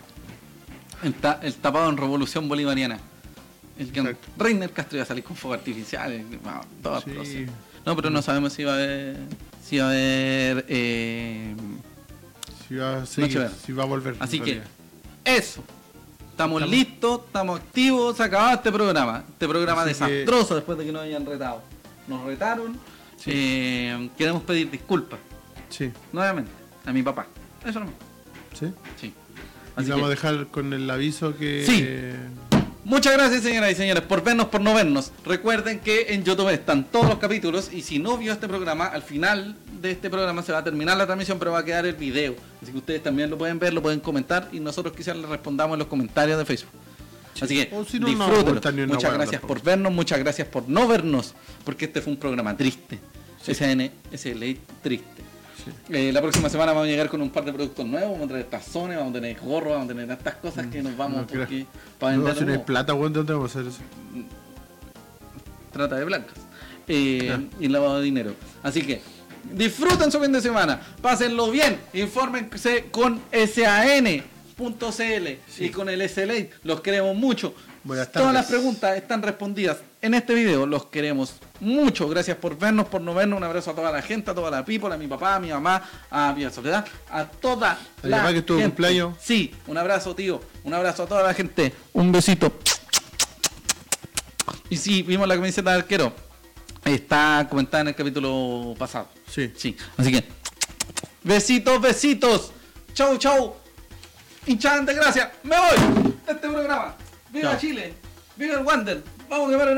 B: El, ta- el tapado en Revolución Bolivariana. El que
A: Exacto.
B: Reiner Castro iba a salir con fuego artificial. el- no, todo
A: Sí.
B: atroz. eh. No, pero no sabemos si va a haber. Si va a haber. eh,
A: si va a seguir,
B: verde.
A: si va a volver.
B: Así
A: en
B: que,
A: realidad.
B: eso. Estamos,
A: Estamos-
B: listos, estamos activos. Se acabó este programa. Este programa
A: Así que-
B: desastroso después de que nos hayan retado. Nos retaron.
A: Sí.
B: Eh, queremos pedir disculpas
A: Sí,
B: nuevamente a mi papá. Eso no
A: sí.
B: Sí.
A: Y
B: Así
A: vamos a
B: que-
A: dejar con el aviso que.
B: Sí. Muchas gracias, señoras y señores, por vernos, por no vernos. Recuerden que en YouTube están todos los capítulos y si no vio este programa, al final de este programa se va a terminar la transmisión, pero va a quedar el video. Así que ustedes también lo pueden ver, lo pueden comentar y nosotros quizás les respondamos en los comentarios de Facebook. Así que
A: O si no, no
B: disfrútenlo.
A: aguantan ni una
B: Muchas
A: hueá
B: gracias
A: tampoco.
B: por vernos, muchas gracias por no vernos, porque este fue un programa triste. SN, SLA triste.
A: Sí.
B: Eh, la próxima semana vamos a llegar con un par de productos nuevos, vamos a tener tazones, vamos a tener gorros, vamos a tener tantas cosas que nos vamos
A: Mm, no creo.
B: porque para
A: No,
B: vender
A: si no hay
B: humo.
A: plata, weón, ¿dónde vamos a hacer eso?
B: trata de blancas eh,
A: Ah.
B: y lavado de dinero. Así que disfruten su fin de semana, pásenlo bien, infórmense con SAN.cl y con el SLA. Los queremos mucho.
A: Buenas
B: Todas
A: tardes.
B: las preguntas están respondidas en este video. Los queremos mucho. Gracias por vernos, por no vernos. Un abrazo a toda la gente, a toda la people, a mi papá, a mi mamá, a mi soledad, a toda
A: A mi
B: la
A: papá que estuvo de
B: gente.
A: cumpleaños.
B: Sí, un abrazo, tío. Un abrazo a toda la gente. Un besito. Y sí, vimos la camiseta de arquero. Está comentada en el capítulo pasado.
A: Sí.
B: Sí, así que. Besitos, besitos. Chau, chau. Hinchada de gracia. Me voy de este programa. Viva
A: Chao.
B: Chile. Viva el Wander. Vamos a quemar una.